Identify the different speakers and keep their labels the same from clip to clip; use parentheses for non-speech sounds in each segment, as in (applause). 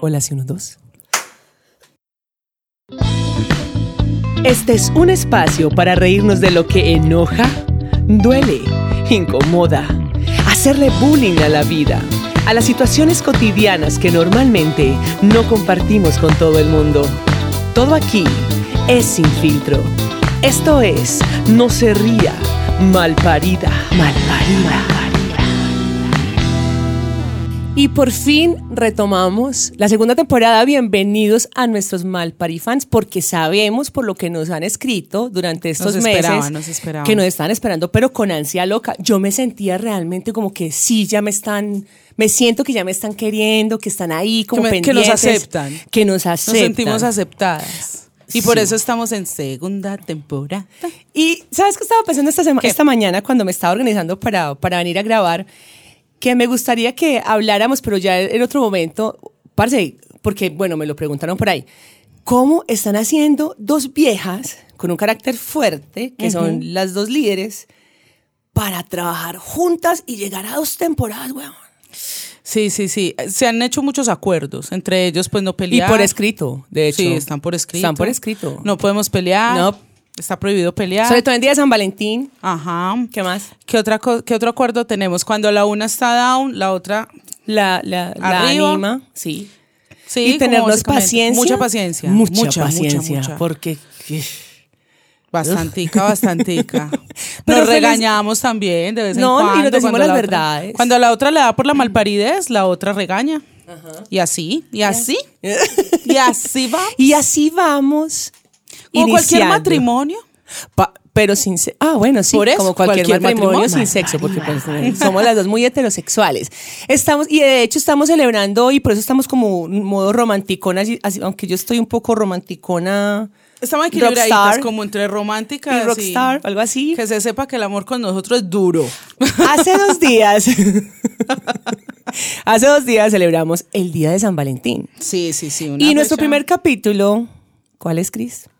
Speaker 1: Hola, sí, unos dos.
Speaker 2: Este es un espacio para reírnos de lo que enoja, duele, incomoda, hacerle bullying a la vida, a las situaciones cotidianas que normalmente no compartimos con todo el mundo. Todo aquí es sin filtro. Esto es No se ría, malparida, malparida.
Speaker 1: Y por fin retomamos la segunda temporada. Bienvenidos a nuestros Malparifans, porque sabemos por lo que nos han escrito durante estos
Speaker 3: Nos
Speaker 1: meses
Speaker 3: esperaban, nos esperaban.
Speaker 1: que nos están esperando, pero con ansia loca. Yo me sentía realmente como que sí, ya me están, me siento que ya me están queriendo, que están ahí como
Speaker 3: me- que
Speaker 1: pendientes.
Speaker 3: nos aceptan.
Speaker 1: Que nos
Speaker 3: Nos
Speaker 1: aceptan.
Speaker 3: sentimos aceptadas. Y por
Speaker 1: Sí.
Speaker 3: eso estamos en segunda temporada.
Speaker 1: Y sabes qué estaba pensando esta, sema-
Speaker 3: ¿Qué?
Speaker 1: esta mañana cuando me estaba organizando para, para venir a grabar, que me gustaría que habláramos, pero ya en otro momento, parce, porque bueno, me lo preguntaron por ahí, ¿cómo están haciendo dos viejas con un carácter fuerte, que son las dos líderes, para trabajar juntas y llegar a dos temporadas, weón?
Speaker 3: Sí, sí, sí. Se han hecho muchos acuerdos. Entre ellos, pues no
Speaker 1: Y
Speaker 3: pelear.
Speaker 1: por escrito, de hecho.
Speaker 3: Sí, están por escrito.
Speaker 1: Están por escrito.
Speaker 3: No podemos pelear.
Speaker 1: No.
Speaker 3: Está prohibido pelear.
Speaker 1: Sobre todo en día de San Valentín.
Speaker 3: Ajá.
Speaker 1: ¿Qué más?
Speaker 3: ¿Qué, otra co- ¿Qué otro acuerdo tenemos? Cuando la una está down, la otra.
Speaker 1: La, la, la
Speaker 3: Arriba.
Speaker 1: anima, sí.
Speaker 3: Sí,
Speaker 1: y
Speaker 3: como
Speaker 1: tenernos
Speaker 3: básicamente.
Speaker 1: paciencia.
Speaker 3: Mucha paciencia.
Speaker 1: Mucha,
Speaker 3: mucha
Speaker 1: paciencia.
Speaker 3: mucha.
Speaker 1: Porque.
Speaker 3: (laughs) Bastantica, bastantica.
Speaker 1: (laughs) Pero
Speaker 3: nos
Speaker 1: se les-
Speaker 3: regañamos también de vez en
Speaker 1: No, y nos
Speaker 3: cuando.
Speaker 1: decimos
Speaker 3: cuando
Speaker 1: las
Speaker 3: la otra-
Speaker 1: verdades.
Speaker 3: cuando a la otra le da por la malparidez, la otra regaña. Y así, y así, y así
Speaker 1: (laughs)
Speaker 3: va.
Speaker 1: y así vamos.
Speaker 3: Como cualquier
Speaker 1: iniciando.
Speaker 3: matrimonio.
Speaker 1: Pa- pero sin se- Ah, bueno, sí.
Speaker 3: Por eso,
Speaker 1: como cualquier,
Speaker 3: cualquier
Speaker 1: matrimonio,
Speaker 3: matrimonio.
Speaker 1: sin sexo, porque pues, somos las dos muy heterosexuales. Estamos, y de hecho estamos celebrando hoy, por eso estamos como un modo romanticona, así- así- aunque yo estoy un poco romanticona.
Speaker 3: Estamos equilibraditas
Speaker 1: Rockstar.
Speaker 3: como entre románticas
Speaker 1: Y rockstar, algo así.
Speaker 3: Que se sepa que el amor con nosotros
Speaker 1: (laughs)
Speaker 3: es duro.
Speaker 1: Hace
Speaker 3: (laughs)
Speaker 1: dos días. (laughs) hace dos días celebramos el Día de San Valentín.
Speaker 3: Sí, sí, sí. una
Speaker 1: Y nuestro
Speaker 3: fecha-
Speaker 1: primer capítulo, ¿cuál es, Cris?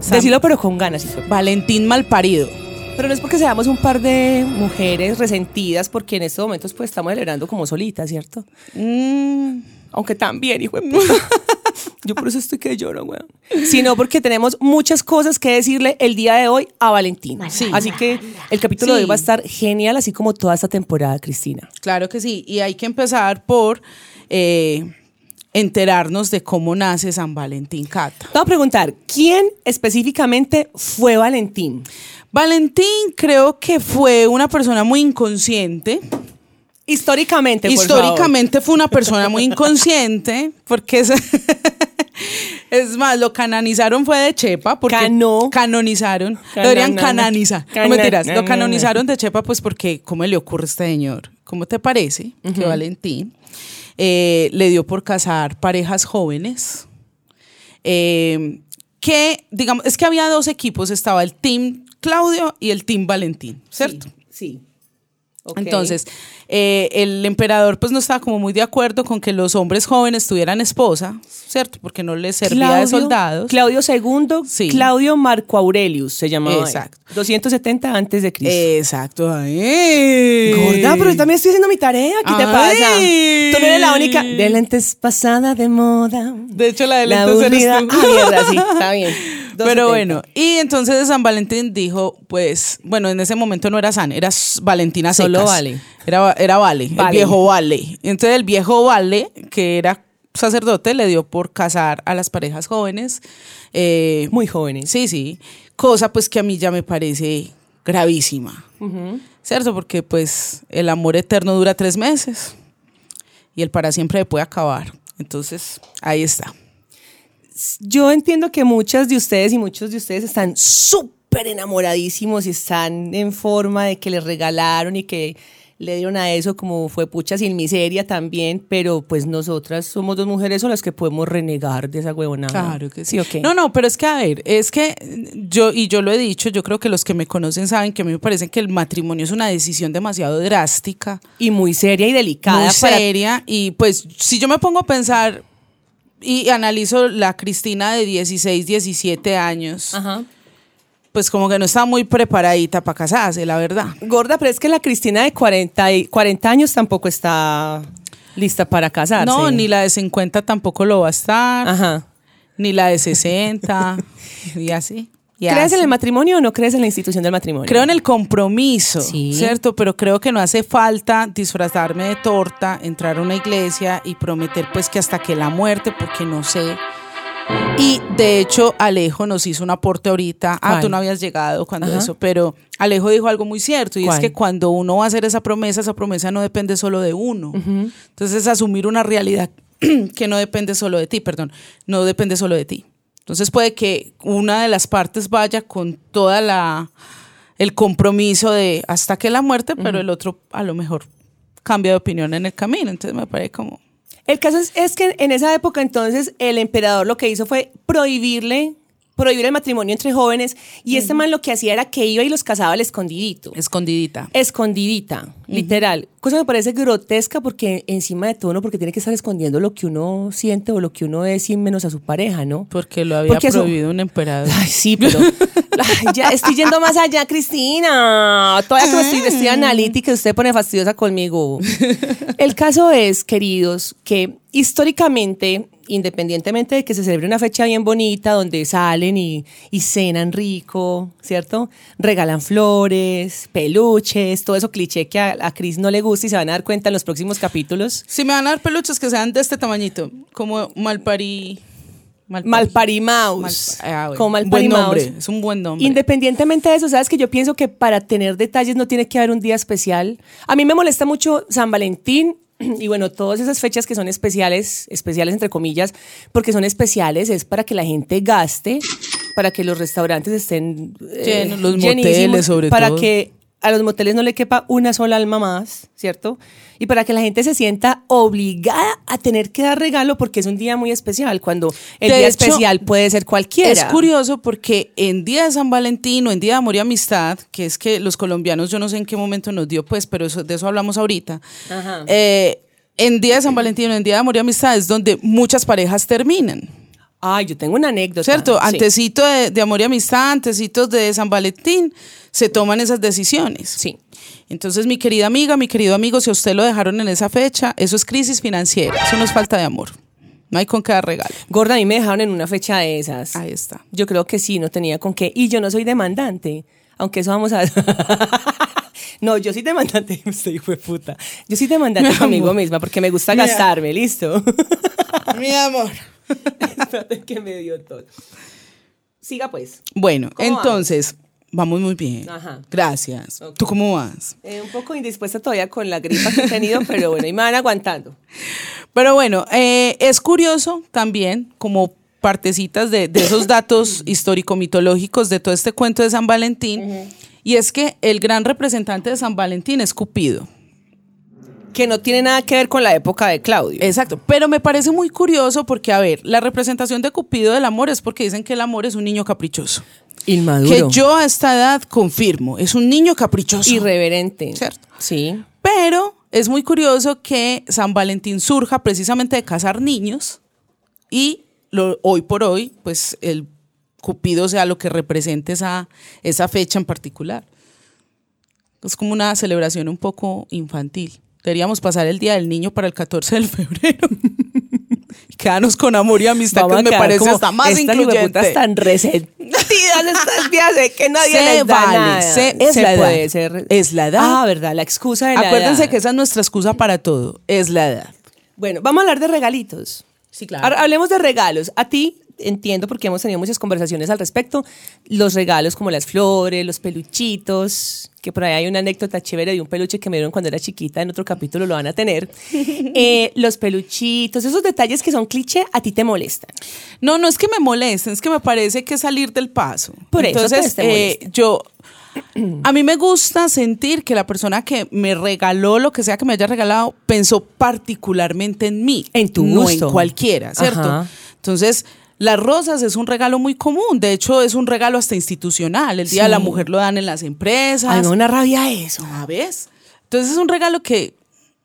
Speaker 3: San-
Speaker 1: Decirlo, pero con ganas.
Speaker 3: Valentín malparido.
Speaker 1: Pero no es porque seamos un par de mujeres resentidas, porque en estos momentos pues estamos celebrando como solitas, ¿cierto?
Speaker 3: Mm,
Speaker 1: Aunque también, hijo de
Speaker 3: (laughs)
Speaker 1: puta. Yo por eso estoy que lloro, weón. Sino porque tenemos muchas cosas que decirle el día de hoy a Valentín.
Speaker 3: Sí.
Speaker 1: Así que el capítulo de hoy
Speaker 3: Sí.
Speaker 1: va a estar genial, así como toda esta temporada, Cristina.
Speaker 3: Claro que sí, y hay que empezar por eh, enterarnos de cómo nace San Valentín Cata.
Speaker 1: Te voy a preguntar, ¿quién específicamente fue Valentín?
Speaker 3: Valentín creo que fue una persona muy inconsciente.
Speaker 1: Históricamente, por favor.
Speaker 3: Históricamente fue una persona muy inconsciente, porque es, (laughs) es más, lo canonizaron fue de Chepa, porque
Speaker 1: Cano.
Speaker 3: canonizaron,
Speaker 1: Cana-
Speaker 3: lo deberían
Speaker 1: na-
Speaker 3: canonizar,
Speaker 1: cana-
Speaker 3: no mentiras,
Speaker 1: na- na-
Speaker 3: lo
Speaker 1: na-
Speaker 3: canonizaron de Chepa, pues porque, ¿cómo le ocurre a este señor? ¿Cómo te parece que Valentín eh, le dio por casar parejas jóvenes? eh, que, digamos, es que había dos equipos, estaba el Team Claudio y el Team Valentín, ¿cierto?
Speaker 1: Sí. Ok.
Speaker 3: Entonces, eh, el emperador pues no estaba como muy de acuerdo con que los hombres jóvenes tuvieran esposa, ¿cierto? Porque no les servía de soldados.
Speaker 1: Claudio II,
Speaker 3: Sí.
Speaker 1: Claudio Marco Aurelius se llamaba. él.
Speaker 3: Exacto. Eh,
Speaker 1: 270 antes de Cristo.
Speaker 3: Exacto. Ay.
Speaker 1: Gorda, pero yo también estoy haciendo mi tarea. ¿Qué te
Speaker 3: Ay.
Speaker 1: pasa? Tú no eres la única. De lentes pasada de moda.
Speaker 3: De hecho, la de lentes eres
Speaker 1: aburrida.
Speaker 3: tú.
Speaker 1: Ah, mierda, sí,
Speaker 3: (laughs)
Speaker 1: está bien. 270.
Speaker 3: Pero bueno, y entonces San Valentín dijo, pues, bueno, en ese momento no era San, era S- Valentina
Speaker 1: Solo
Speaker 3: Secas.
Speaker 1: Vale.
Speaker 3: Era, era vale,
Speaker 1: Vale.
Speaker 3: el viejo Vale. Entonces el viejo Vale, que era sacerdote, le dio por casar a las parejas jóvenes. eh,
Speaker 1: Muy jóvenes.
Speaker 3: Sí, sí. Cosa pues que a mí ya me parece gravísima. ¿Cierto? Porque pues el amor eterno dura tres meses y el para siempre puede acabar. Entonces, ahí está.
Speaker 1: yo entiendo que muchas de ustedes y muchos de ustedes están súper enamoradísimos y están en forma de que les regalaron y que le dieron a eso como fue pucha sin miseria también, pero pues nosotras somos dos mujeres son las que podemos renegar de esa huevonada.
Speaker 3: Claro que sí.
Speaker 1: ¿Sí o qué?
Speaker 3: No, no, pero es que a ver, es que yo, y yo lo he dicho, yo creo que los que me conocen saben que a mí me parece que el matrimonio es una decisión demasiado drástica.
Speaker 1: Y muy seria y delicada
Speaker 3: muy
Speaker 1: para
Speaker 3: seria y pues si yo me pongo a pensar y analizo la Cristina de 16, 17 años,
Speaker 1: Ajá.
Speaker 3: pues como que no está muy preparadita para casarse, la verdad.
Speaker 1: Gorda, pero es que la Cristina de 40, y- 40 años tampoco está lista para casarse.
Speaker 3: No, ni la de 50 tampoco lo va a estar,
Speaker 1: Ajá.
Speaker 3: ni la de 60, Ah. (laughs) y así. y
Speaker 1: ¿Crees en
Speaker 3: así.
Speaker 1: el matrimonio o no crees en la institución del matrimonio?
Speaker 3: Creo en el compromiso,
Speaker 1: Sí.
Speaker 3: ¿cierto? Pero creo que no hace falta disfrazarme de torta, entrar a una iglesia y prometer pues que hasta que la muerte, porque no sé. Y de hecho Alejo nos hizo un aporte ahorita, ah,
Speaker 1: ¿Cuál?
Speaker 3: tú no habías llegado cuando
Speaker 1: Ajá.
Speaker 3: eso, pero Alejo dijo algo muy cierto y
Speaker 1: ¿Cuál?
Speaker 3: es que cuando uno va a hacer esa promesa, esa promesa no depende solo de uno. Entonces asumir una realidad (clears throat) que no depende solo de ti, perdón, no depende solo de ti. Entonces puede que una de las partes vaya con toda la el compromiso de hasta que la muerte, pero el otro a lo mejor cambia de opinión en el camino. Entonces me parece como
Speaker 1: El caso es, es que en esa época entonces el emperador lo que hizo fue prohibirle prohibir el matrimonio entre jóvenes y este man lo que hacía era que iba y los casaba al escondidito.
Speaker 3: escondidita.
Speaker 1: Escondidita, literal. Cosa que me parece grotesca porque encima de todo, ¿no? Porque tiene que estar escondiendo lo que uno siente o lo que uno es y menos a su pareja, ¿no?
Speaker 3: Porque lo había
Speaker 1: Porque eso-
Speaker 3: prohibido un emperador.
Speaker 1: (laughs) Ay, sí,
Speaker 3: (laughs)
Speaker 1: pero Ay, ya estoy yendo más allá, Cristina. Todavía que me estoy, estoy
Speaker 3: Mm.
Speaker 1: analítica y usted pone fastidiosa conmigo. El caso es, queridos, que históricamente, independientemente de que se celebre una fecha bien bonita donde salen y, y cenan rico, ¿cierto? Regalan flores, peluches, todo eso cliché que a, a Cris no le gusta y se van a dar cuenta en los próximos capítulos.
Speaker 3: Si me van a dar peluches que sean de este tamañito, como malparí. Malparí.
Speaker 1: Malparimaus.
Speaker 3: Mal- ah, bueno.
Speaker 1: Como
Speaker 3: Un buen
Speaker 1: Malparimaus.
Speaker 3: nombre, es un buen nombre.
Speaker 1: Independientemente de eso, sabes que yo pienso que para tener detalles no tiene que haber un día especial. A mí me molesta mucho San Valentín (clears throat) y bueno, todas esas fechas que son especiales, especiales entre comillas, porque son especiales, es para que la gente gaste, para que los restaurantes estén eh,
Speaker 3: Llenos, los
Speaker 1: llenísimos,
Speaker 3: moteles sobre
Speaker 1: para
Speaker 3: todo.
Speaker 1: que a los moteles no le quepa una sola alma más, ¿cierto? Y para que la gente se sienta obligada a tener que dar regalo porque es un día muy especial, cuando el
Speaker 3: De
Speaker 1: día
Speaker 3: hecho,
Speaker 1: especial puede ser cualquiera.
Speaker 3: Es curioso porque en Día de San Valentín o en Día de Amor y Amistad, que es que los colombianos, yo no sé en qué momento nos dio, pues, pero eso- de eso hablamos ahorita. Eh, en Día de San Valentín o en Día de Amor y Amistad es donde muchas parejas terminan.
Speaker 1: Ay, yo tengo una anécdota.
Speaker 3: ¿Cierto?
Speaker 1: Sí.
Speaker 3: Antecito de, de amor y amistad, antecitos de San Valentín, se toman esas decisiones.
Speaker 1: Sí.
Speaker 3: Entonces, mi querida amiga, mi querido amigo, si a usted lo dejaron en esa fecha, eso es crisis financiera, eso no es falta de amor. No hay con qué dar regalo.
Speaker 1: Gorda, a mí me dejaron en una fecha de esas.
Speaker 3: Ahí está.
Speaker 1: Yo creo que sí, no tenía con qué. Y yo no soy demandante, aunque eso vamos a... (laughs) no, yo soy demandante, (laughs) usted hijo de puta. Yo soy demandante
Speaker 3: Mi
Speaker 1: conmigo
Speaker 3: amor.
Speaker 1: misma porque me gusta
Speaker 3: Mira.
Speaker 1: gastarme, (laughs) listo.
Speaker 3: Mi amor.
Speaker 1: (laughs) Espérate que me dio todo. Siga pues.
Speaker 3: Bueno,
Speaker 1: ¿Cómo
Speaker 3: entonces, vamos? muy bien.
Speaker 1: Ajá.
Speaker 3: Gracias.
Speaker 1: Ok.
Speaker 3: ¿Tú cómo vas?
Speaker 1: Eh, un poco indispuesta todavía con la gripa que he tenido, (laughs) pero bueno, y me van aguantando.
Speaker 3: Pero bueno, eh, es curioso también, como partecitas de, de esos datos histórico-mitológicos de todo este cuento de San Valentín, y es que el gran representante de San Valentín es Cupido.
Speaker 1: Que no tiene nada que ver con la época de Claudio.
Speaker 3: Exacto, pero me parece muy curioso porque, a ver, la representación de Cupido del amor es porque dicen que el amor es un niño caprichoso.
Speaker 1: Inmaduro.
Speaker 3: Que yo a esta edad confirmo, es un niño caprichoso.
Speaker 1: Irreverente.
Speaker 3: Cierto.
Speaker 1: Sí.
Speaker 3: Pero es muy curioso que San Valentín surja precisamente de cazar niños y lo- hoy por hoy, pues el Cupido sea lo que represente esa, esa fecha en particular. Es como una celebración un poco infantil. Deberíamos pasar el Día del Niño para el 14 de febrero. (laughs) Y Quedarnos con amor y amistad,
Speaker 1: Vamos a
Speaker 3: que me
Speaker 1: quedar
Speaker 3: parece
Speaker 1: como
Speaker 3: hasta más
Speaker 1: estas
Speaker 3: incluyente.
Speaker 1: hijueputas tan resentidas estos días de que nadie
Speaker 3: Se
Speaker 1: les da
Speaker 3: vale,
Speaker 1: nada.
Speaker 3: se- es la edad.
Speaker 1: puede ser.
Speaker 3: Es la edad.
Speaker 1: Ah, verdad, la excusa de la
Speaker 3: Acuérdense
Speaker 1: edad.
Speaker 3: que esa es nuestra excusa para todo, es la edad.
Speaker 1: Bueno, vamos a hablar de regalitos.
Speaker 3: Sí,
Speaker 1: Ha- Hablemos de regalos. A ti entiendo porque hemos tenido muchas conversaciones al respecto. Los regalos como las flores, los peluchitos, que por ahí hay una anécdota chévere de un peluche que me dieron cuando era chiquita, en otro capítulo lo van a tener. Eh, los peluchitos, esos detalles que son cliché, a ti te molestan.
Speaker 3: No, no es que me molesten, es que me parece que es salir del paso.
Speaker 1: Por eso,
Speaker 3: Entonces,
Speaker 1: pues, te
Speaker 3: eh, yo, a mí me gusta sentir que la persona que me regaló lo que sea que me haya regalado pensó particularmente en mí.
Speaker 1: En tu
Speaker 3: no
Speaker 1: gusto.
Speaker 3: en cualquiera, ¿cierto?
Speaker 1: Ajá.
Speaker 3: Entonces, las rosas es un regalo muy común. De hecho, es un regalo hasta institucional. El Día de la
Speaker 1: Sí.
Speaker 3: Mujer lo dan en las empresas. Ah,
Speaker 1: Ay, me da una rabia eso.
Speaker 3: ¿Sabes? Entonces es un regalo que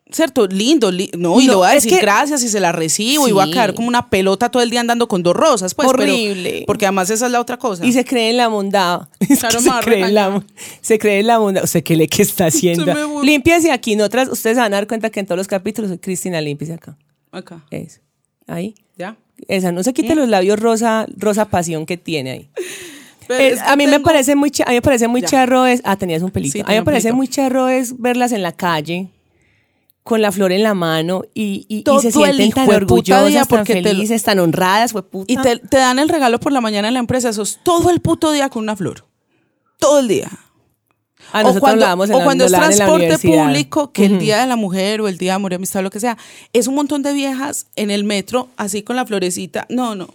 Speaker 3: ¿Cierto? Lindo, li- no, y
Speaker 1: No,
Speaker 3: le voy a
Speaker 1: es
Speaker 3: decir
Speaker 1: que-
Speaker 3: gracias y se la recibo y
Speaker 1: Sí.
Speaker 3: voy a quedar como una pelota todo el día andando con dos rosas, pues. pero-
Speaker 1: Horrible.
Speaker 3: porque además esa es la otra cosa.
Speaker 1: Y se cree en la bondad. (laughs) Es
Speaker 3: Claro,
Speaker 1: que se,
Speaker 3: me va a
Speaker 1: cree en la,
Speaker 3: regañar.
Speaker 1: mon- se cree en la bondad. O sea, ¿qué le que está haciendo?
Speaker 3: Se me borró.
Speaker 1: Límpiese aquí. Nosotras, ustedes se van a dar cuenta que en todos los capítulos, Cristina, límpiese acá.
Speaker 3: Acá,
Speaker 1: Eso. Ahí.
Speaker 3: ya.
Speaker 1: Esa, no se
Speaker 3: ¿Eh?
Speaker 1: quite los labios rosa, rosa pasión que tiene ahí.
Speaker 3: Pero
Speaker 1: Eh,
Speaker 3: es que
Speaker 1: a, mí me
Speaker 3: tengo-
Speaker 1: parece muy cha- a mí me parece muy
Speaker 3: Ya.
Speaker 1: charro es... Ah, tenías un pelito.
Speaker 3: Sí,
Speaker 1: a mí
Speaker 3: tenía
Speaker 1: me
Speaker 3: un
Speaker 1: parece
Speaker 3: pelito.
Speaker 1: muy charro es verlas en la calle con la flor en la mano y, y- y
Speaker 3: Todo
Speaker 1: se
Speaker 3: el
Speaker 1: sienten tan
Speaker 3: hijo de puta día
Speaker 1: orgullosas, tan
Speaker 3: porque te lo-
Speaker 1: felices, tan honradas, hueputa.
Speaker 3: Y te, te dan el regalo por la mañana en la empresa, sos todo el puto día con una flor. Todo el día.
Speaker 1: A Ah, nosotros
Speaker 3: o cuando,
Speaker 1: lo damos en
Speaker 3: o
Speaker 1: la-
Speaker 3: cuando
Speaker 1: nos
Speaker 3: es
Speaker 1: la dan en la
Speaker 3: transporte
Speaker 1: universidad.
Speaker 3: público, que el Día de la Mujer o el Día de Amor y Amistad, lo que sea, es un montón de viejas en el metro, así con la florecita. No, no,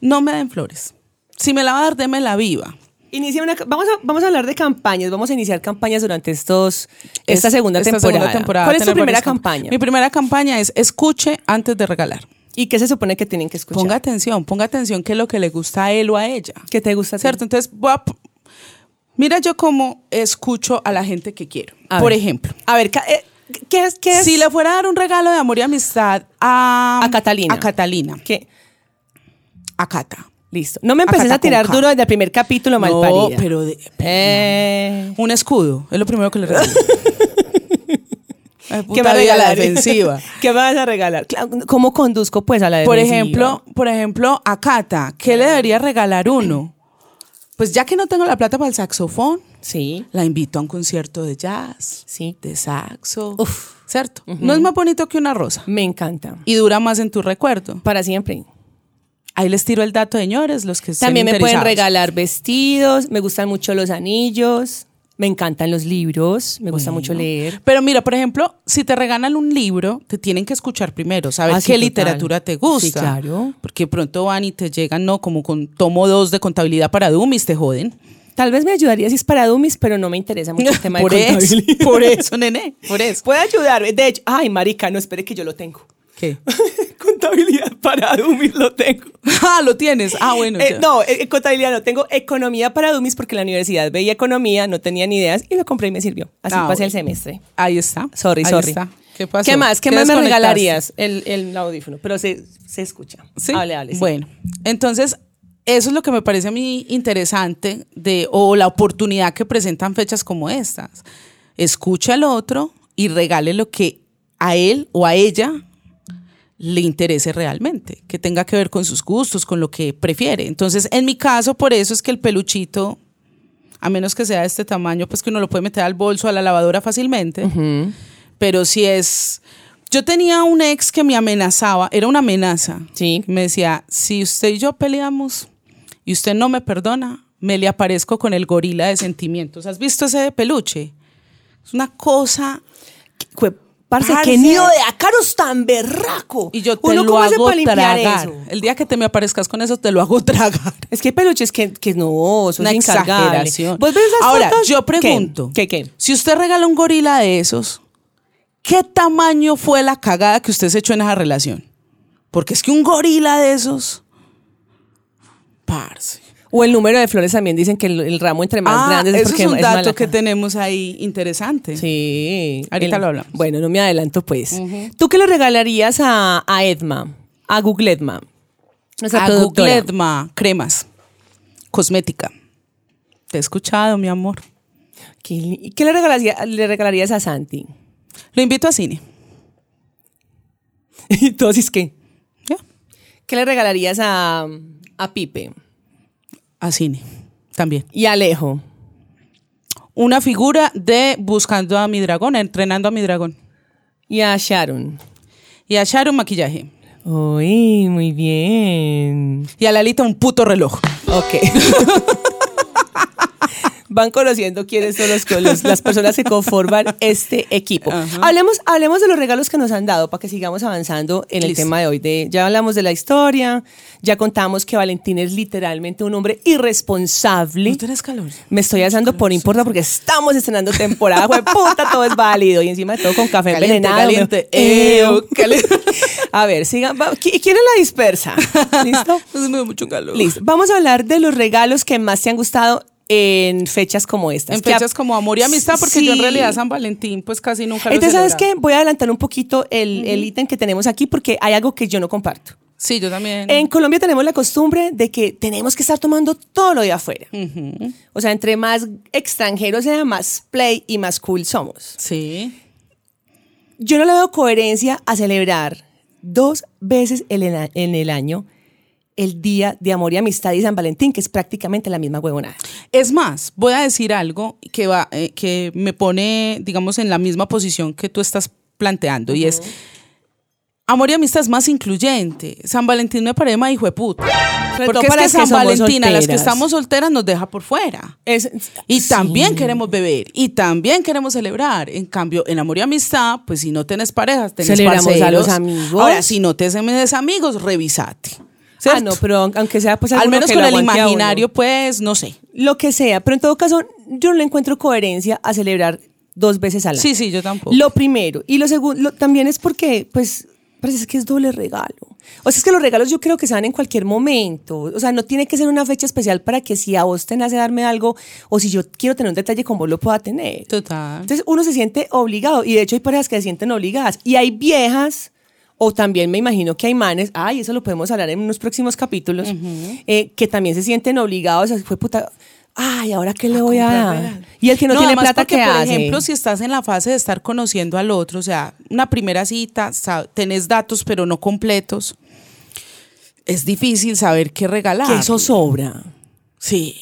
Speaker 3: no me den flores. Si me la va a dar, déme la viva.
Speaker 1: Inicia una, vamos, a, vamos a hablar de campañas, vamos a iniciar campañas durante estos, esta,
Speaker 3: Es-
Speaker 1: segunda, temporada.
Speaker 3: temporada,
Speaker 1: ¿Cuál es tu
Speaker 3: tener
Speaker 1: primera
Speaker 3: varias camp-
Speaker 1: campaña? Pues
Speaker 3: Mi primera campaña es escuche antes de regalar.
Speaker 1: ¿Y qué se supone que tienen que escuchar?
Speaker 3: Ponga atención, ponga atención qué es lo que le gusta a él o a ella.
Speaker 1: ¿Qué te gusta? a ti?
Speaker 3: ¿Cierto? Entonces, voy a p- mira yo cómo escucho a la gente que quiero.
Speaker 1: A
Speaker 3: Por
Speaker 1: ver.
Speaker 3: ejemplo,
Speaker 1: A ver, ca- eh, ¿qué es? Qué es?
Speaker 3: si le fuera a dar un regalo de amor y amistad a...
Speaker 1: A Catalina.
Speaker 3: A Catalina.
Speaker 1: ¿Qué?
Speaker 3: A Cata.
Speaker 1: Listo. No me empeces
Speaker 3: Acata
Speaker 1: a tirar
Speaker 3: con K.
Speaker 1: duro desde el primer capítulo, mal
Speaker 3: No, pero... de-
Speaker 1: Eh.
Speaker 3: Un escudo. Es lo primero que
Speaker 1: (laughs)
Speaker 3: le regalo. Ay,
Speaker 1: ¿Qué
Speaker 3: puta
Speaker 1: me vas a
Speaker 3: vida, la
Speaker 1: regalar? (laughs)
Speaker 3: defensiva.
Speaker 1: ¿Qué me vas a regalar? Cla- ¿Cómo conduzco pues a la
Speaker 3: Por
Speaker 1: defensiva?
Speaker 3: ejemplo, por ejemplo, a Cata, ¿qué le debería regalar uno? Pues ya que no tengo la plata para el saxofón,
Speaker 1: Sí.
Speaker 3: la invito a un concierto de jazz,
Speaker 1: Sí.
Speaker 3: de saxo,
Speaker 1: Uf.
Speaker 3: ¿cierto? No es más bonito que una rosa
Speaker 1: Me encanta.
Speaker 3: y dura más en tu recuerdo.
Speaker 1: Para siempre.
Speaker 3: Ahí les tiro el dato, señores, los que estén
Speaker 1: También me pueden
Speaker 3: interesados.
Speaker 1: regalar vestidos, me gustan mucho los anillos, me encantan los libros, me gusta mucho leer.
Speaker 3: Pero mira, por ejemplo, si te regalan un libro, te tienen que escuchar primero, saber
Speaker 1: Ah, sí,
Speaker 3: qué
Speaker 1: total.
Speaker 3: literatura te gusta.
Speaker 1: Sí, claro.
Speaker 3: Porque pronto van y te llegan, no, como con tomo 2 de contabilidad para Dummies, te joden.
Speaker 1: Tal vez me ayudaría si es para dummies, pero no me interesa mucho (laughs) el tema de
Speaker 3: (laughs) por eso,
Speaker 1: contabilidad. (laughs)
Speaker 3: por eso, nene, por eso.
Speaker 1: Puede ayudar. De hecho, ay, marica, no espere que yo lo tengo. (laughs)
Speaker 3: ¿Qué? (laughs)
Speaker 1: contabilidad para dummies lo tengo.
Speaker 3: Ah, lo tienes. Ah, bueno.
Speaker 1: Eh,
Speaker 3: ya.
Speaker 1: no, eh, contabilidad no. Tengo economía para dummies porque en la universidad veía economía, no tenía ni ideas y lo compré y me sirvió. Así
Speaker 3: Ah,
Speaker 1: pasé el
Speaker 3: bueno.
Speaker 1: semestre.
Speaker 3: Ahí está.
Speaker 1: Sorry,
Speaker 3: Ahí
Speaker 1: sorry.
Speaker 3: está. ¿Qué pasó?
Speaker 1: ¿Qué más? ¿Qué
Speaker 3: ¿Te
Speaker 1: más me
Speaker 3: desconectaste?
Speaker 1: regalarías? El, el audífono, pero se, se escucha.
Speaker 3: ¿Sí?
Speaker 1: Hable, hable. sí.
Speaker 3: Bueno, entonces eso es lo que me parece a mí interesante de, o la oportunidad que presentan fechas como estas. Escucha al otro y regale lo que a él o a ella le interese realmente, que tenga que ver con sus gustos, con lo que prefiere. Entonces, en mi caso, por eso es que el peluchito, a menos que sea de este tamaño, pues que uno lo puede meter al bolso, a la lavadora fácilmente. Pero si es... Yo tenía un ex que me amenazaba, era una amenaza.
Speaker 1: Sí.
Speaker 3: Me decía, si usted y yo peleamos y usted no me perdona, me le aparezco con el gorila de sentimientos. ¿Has visto ese de peluche? Es una cosa...
Speaker 1: Cue- Parce,
Speaker 3: Parce.
Speaker 1: qué nido de ácaros tan berraco.
Speaker 3: Y yo te
Speaker 1: ¿Uno
Speaker 3: lo
Speaker 1: cómo hace
Speaker 3: hago
Speaker 1: para limpiar
Speaker 3: tragar.
Speaker 1: eso?
Speaker 3: El día que te me aparezcas con eso, te lo hago (laughs) tragar.
Speaker 1: Es que hay peluches que, que no, son
Speaker 3: una exageración.
Speaker 1: ¿Vos ves las
Speaker 3: Ahora,
Speaker 1: fotos?
Speaker 3: yo pregunto,
Speaker 1: ¿Qué? ¿Qué? qué?
Speaker 3: Si usted regala un gorila de esos, ¿qué tamaño fue la cagada que usted se echó en esa relación? Porque es que un gorila de esos, parce.
Speaker 1: O el número de flores también dicen que el, el ramo entre más
Speaker 3: ah,
Speaker 1: grandes es
Speaker 3: eso
Speaker 1: porque
Speaker 3: es un
Speaker 1: es
Speaker 3: dato
Speaker 1: mala
Speaker 3: que
Speaker 1: ca-
Speaker 3: tenemos ahí interesante.
Speaker 1: Sí.
Speaker 3: Ahorita lo hablamos.
Speaker 1: Bueno, no me adelanto pues. ¿Tú qué le regalarías a, a Edma? A Google Edma. Nuestra
Speaker 3: a
Speaker 1: productora.
Speaker 3: Gugledma, cremas, cosmética. Te he escuchado, mi amor.
Speaker 1: ¿Qué, li- qué le, regalaría- le regalarías a Santi? (laughs)
Speaker 3: Lo invito a cine.
Speaker 1: Y todos es que.
Speaker 3: ¿Ya?
Speaker 1: ¿Qué le regalarías a, a Pipe?
Speaker 3: A cine también.
Speaker 1: Y a Alejo.
Speaker 3: Una figura de Buscando a mi dragón, entrenando a mi dragón.
Speaker 1: Y a Sharon.
Speaker 3: Y a Sharon maquillaje.
Speaker 1: Uy, muy bien.
Speaker 3: Y a Lalita un puto reloj.
Speaker 1: Ok. (laughs) Van conociendo quiénes son los, los- las personas que conforman este equipo. Hablemos, hablemos de los regalos que nos han dado para que sigamos avanzando en el
Speaker 3: Listo.
Speaker 1: tema de hoy. De, ya hablamos de la historia, ya contamos que Valentín es literalmente un hombre irresponsable.
Speaker 3: tienes (laughs) calor?
Speaker 1: Me estoy asando por importa porque estamos estrenando temporada, puta, todo es válido. Y encima de todo con café
Speaker 3: Caliente,
Speaker 1: envenenado.
Speaker 3: caliente.
Speaker 1: me-
Speaker 3: Eo, caliente.
Speaker 1: (laughs) A ver, sigan. va- ¿qui- ¿Quién es la
Speaker 3: (laughs)
Speaker 1: dispersa? ¿Listo?
Speaker 3: Pues me da mucho calor.
Speaker 1: Listo. Vamos a hablar de los regalos que más te han gustado en fechas como estas.
Speaker 3: En
Speaker 1: que a-
Speaker 3: fechas como amor y amistad, porque yo en
Speaker 1: Sí.
Speaker 3: realidad San Valentín pues casi nunca lo he
Speaker 1: Entonces, ¿sabes qué?
Speaker 3: celebrado.
Speaker 1: Voy a adelantar un poquito el el ítem que tenemos aquí porque hay algo que yo no comparto.
Speaker 3: Sí, yo también.
Speaker 1: En Colombia tenemos la costumbre de que tenemos que estar tomando todo lo de afuera. O sea, entre más extranjeros sea, más play y más cool somos.
Speaker 3: Sí.
Speaker 1: Yo no le veo coherencia a celebrar dos veces el- en el año el Día de Amor y Amistad y San Valentín, que es prácticamente la misma huevonada.
Speaker 3: Es más, voy a decir algo que, va, eh, que me pone, digamos, en la misma posición que tú estás planteando, y es, amor y amistad es más incluyente. San Valentín me parece más hijo de puta.
Speaker 1: Sobre todo
Speaker 3: Porque es
Speaker 1: para
Speaker 3: que
Speaker 1: las que
Speaker 3: San
Speaker 1: somos
Speaker 3: Valentín, a las que
Speaker 1: solteras.
Speaker 3: estamos solteras, nos deja por fuera.
Speaker 1: Es,
Speaker 3: Y
Speaker 1: Sí.
Speaker 3: también queremos beber, y también queremos celebrar. En cambio, en amor y amistad, pues si no tenés parejas, tenés
Speaker 1: Celebramos a
Speaker 3: parceros.
Speaker 1: los amigos.
Speaker 3: Ahora, si no tenés amigos, revisate.
Speaker 1: Ah,
Speaker 3: ¿cierto?
Speaker 1: no, pero aunque sea pues
Speaker 3: Al
Speaker 1: alguno
Speaker 3: menos
Speaker 1: que
Speaker 3: con
Speaker 1: lo
Speaker 3: el
Speaker 1: aguante a uno.
Speaker 3: imaginario, pues, no sé.
Speaker 1: Lo que sea, pero en todo caso, yo no le encuentro coherencia a celebrar dos veces al año.
Speaker 3: Sí, sí, yo tampoco.
Speaker 1: Lo primero. Y lo segundo, también es porque, pues, parece que es doble regalo. O sea, es que los regalos yo creo que se dan en cualquier momento. O sea, no tiene que ser una fecha especial para que si a vos te nace darme algo o si yo quiero tener un detalle con vos lo pueda tener.
Speaker 3: Total.
Speaker 1: Entonces uno se siente obligado y de hecho hay parejas que se sienten obligadas y hay viejas o también me imagino que hay manes, ay, eso lo podemos hablar en unos próximos capítulos, eh, que también se sienten obligados, fue puta, ay, ahora qué le voy a dar. Y el que no, tiene
Speaker 3: además
Speaker 1: plata
Speaker 3: porque,
Speaker 1: que
Speaker 3: por
Speaker 1: hace.
Speaker 3: ejemplo, si estás en la fase de estar conociendo al otro, o sea, una primera cita, sa- tenés datos pero no completos, es difícil saber qué regalar.
Speaker 1: que eso sobra.
Speaker 3: Sí.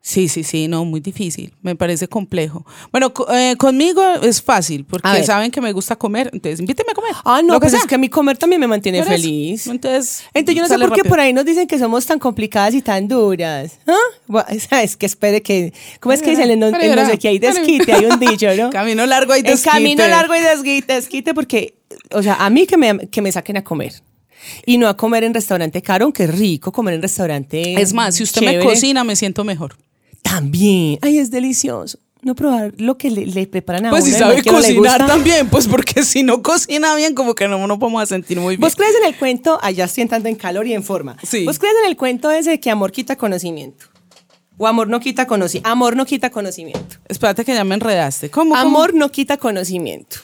Speaker 3: Sí, sí, sí, no, muy difícil, me parece complejo. Bueno, co- eh, conmigo es fácil,
Speaker 1: A
Speaker 3: porque
Speaker 1: ver.
Speaker 3: saben que me gusta comer, entonces invíteme a comer.
Speaker 1: Ah, no,
Speaker 3: lo
Speaker 1: pues
Speaker 3: sea.
Speaker 1: es que a mí comer también me mantiene
Speaker 3: Por eso.
Speaker 1: feliz.
Speaker 3: Entonces,
Speaker 1: Entonces yo no sé
Speaker 3: sale
Speaker 1: por qué
Speaker 3: rápido.
Speaker 1: por ahí nos dicen que somos tan complicadas y tan duras. ¿Ah? Bueno, (laughs) es que espere que... ¿Cómo es que dicen? En, no- en no sé qué hay desquite, hay un dicho,
Speaker 3: (laughs)
Speaker 1: ¿no?
Speaker 3: Camino largo hay
Speaker 1: El
Speaker 3: desquite.
Speaker 1: camino largo y desquite, desquite, porque, o sea, a mí que me, que me saquen a comer. Y no a comer en restaurante caro, aunque es rico comer en restaurante.
Speaker 3: Es más, si usted me
Speaker 1: chévere.
Speaker 3: cocina, me siento mejor.
Speaker 1: También. Ay, es delicioso. No probar lo que le, le preparan a
Speaker 3: Pues
Speaker 1: uno.
Speaker 3: si
Speaker 1: y no
Speaker 3: sabe
Speaker 1: que no le
Speaker 3: cocinar
Speaker 1: gusta.
Speaker 3: también, pues porque si no cocina bien, como que no nos vamos a sentir muy bien.
Speaker 1: Vos crees en el cuento, allá estoy entrando en calor y en forma.
Speaker 3: Sí.
Speaker 1: Vos crees en el cuento ese de que amor quita conocimiento. O amor no quita conocimiento. Amor no quita conocimiento.
Speaker 3: Espérate que ya me enredaste. ¿Cómo? cómo?
Speaker 1: Amor no quita conocimiento.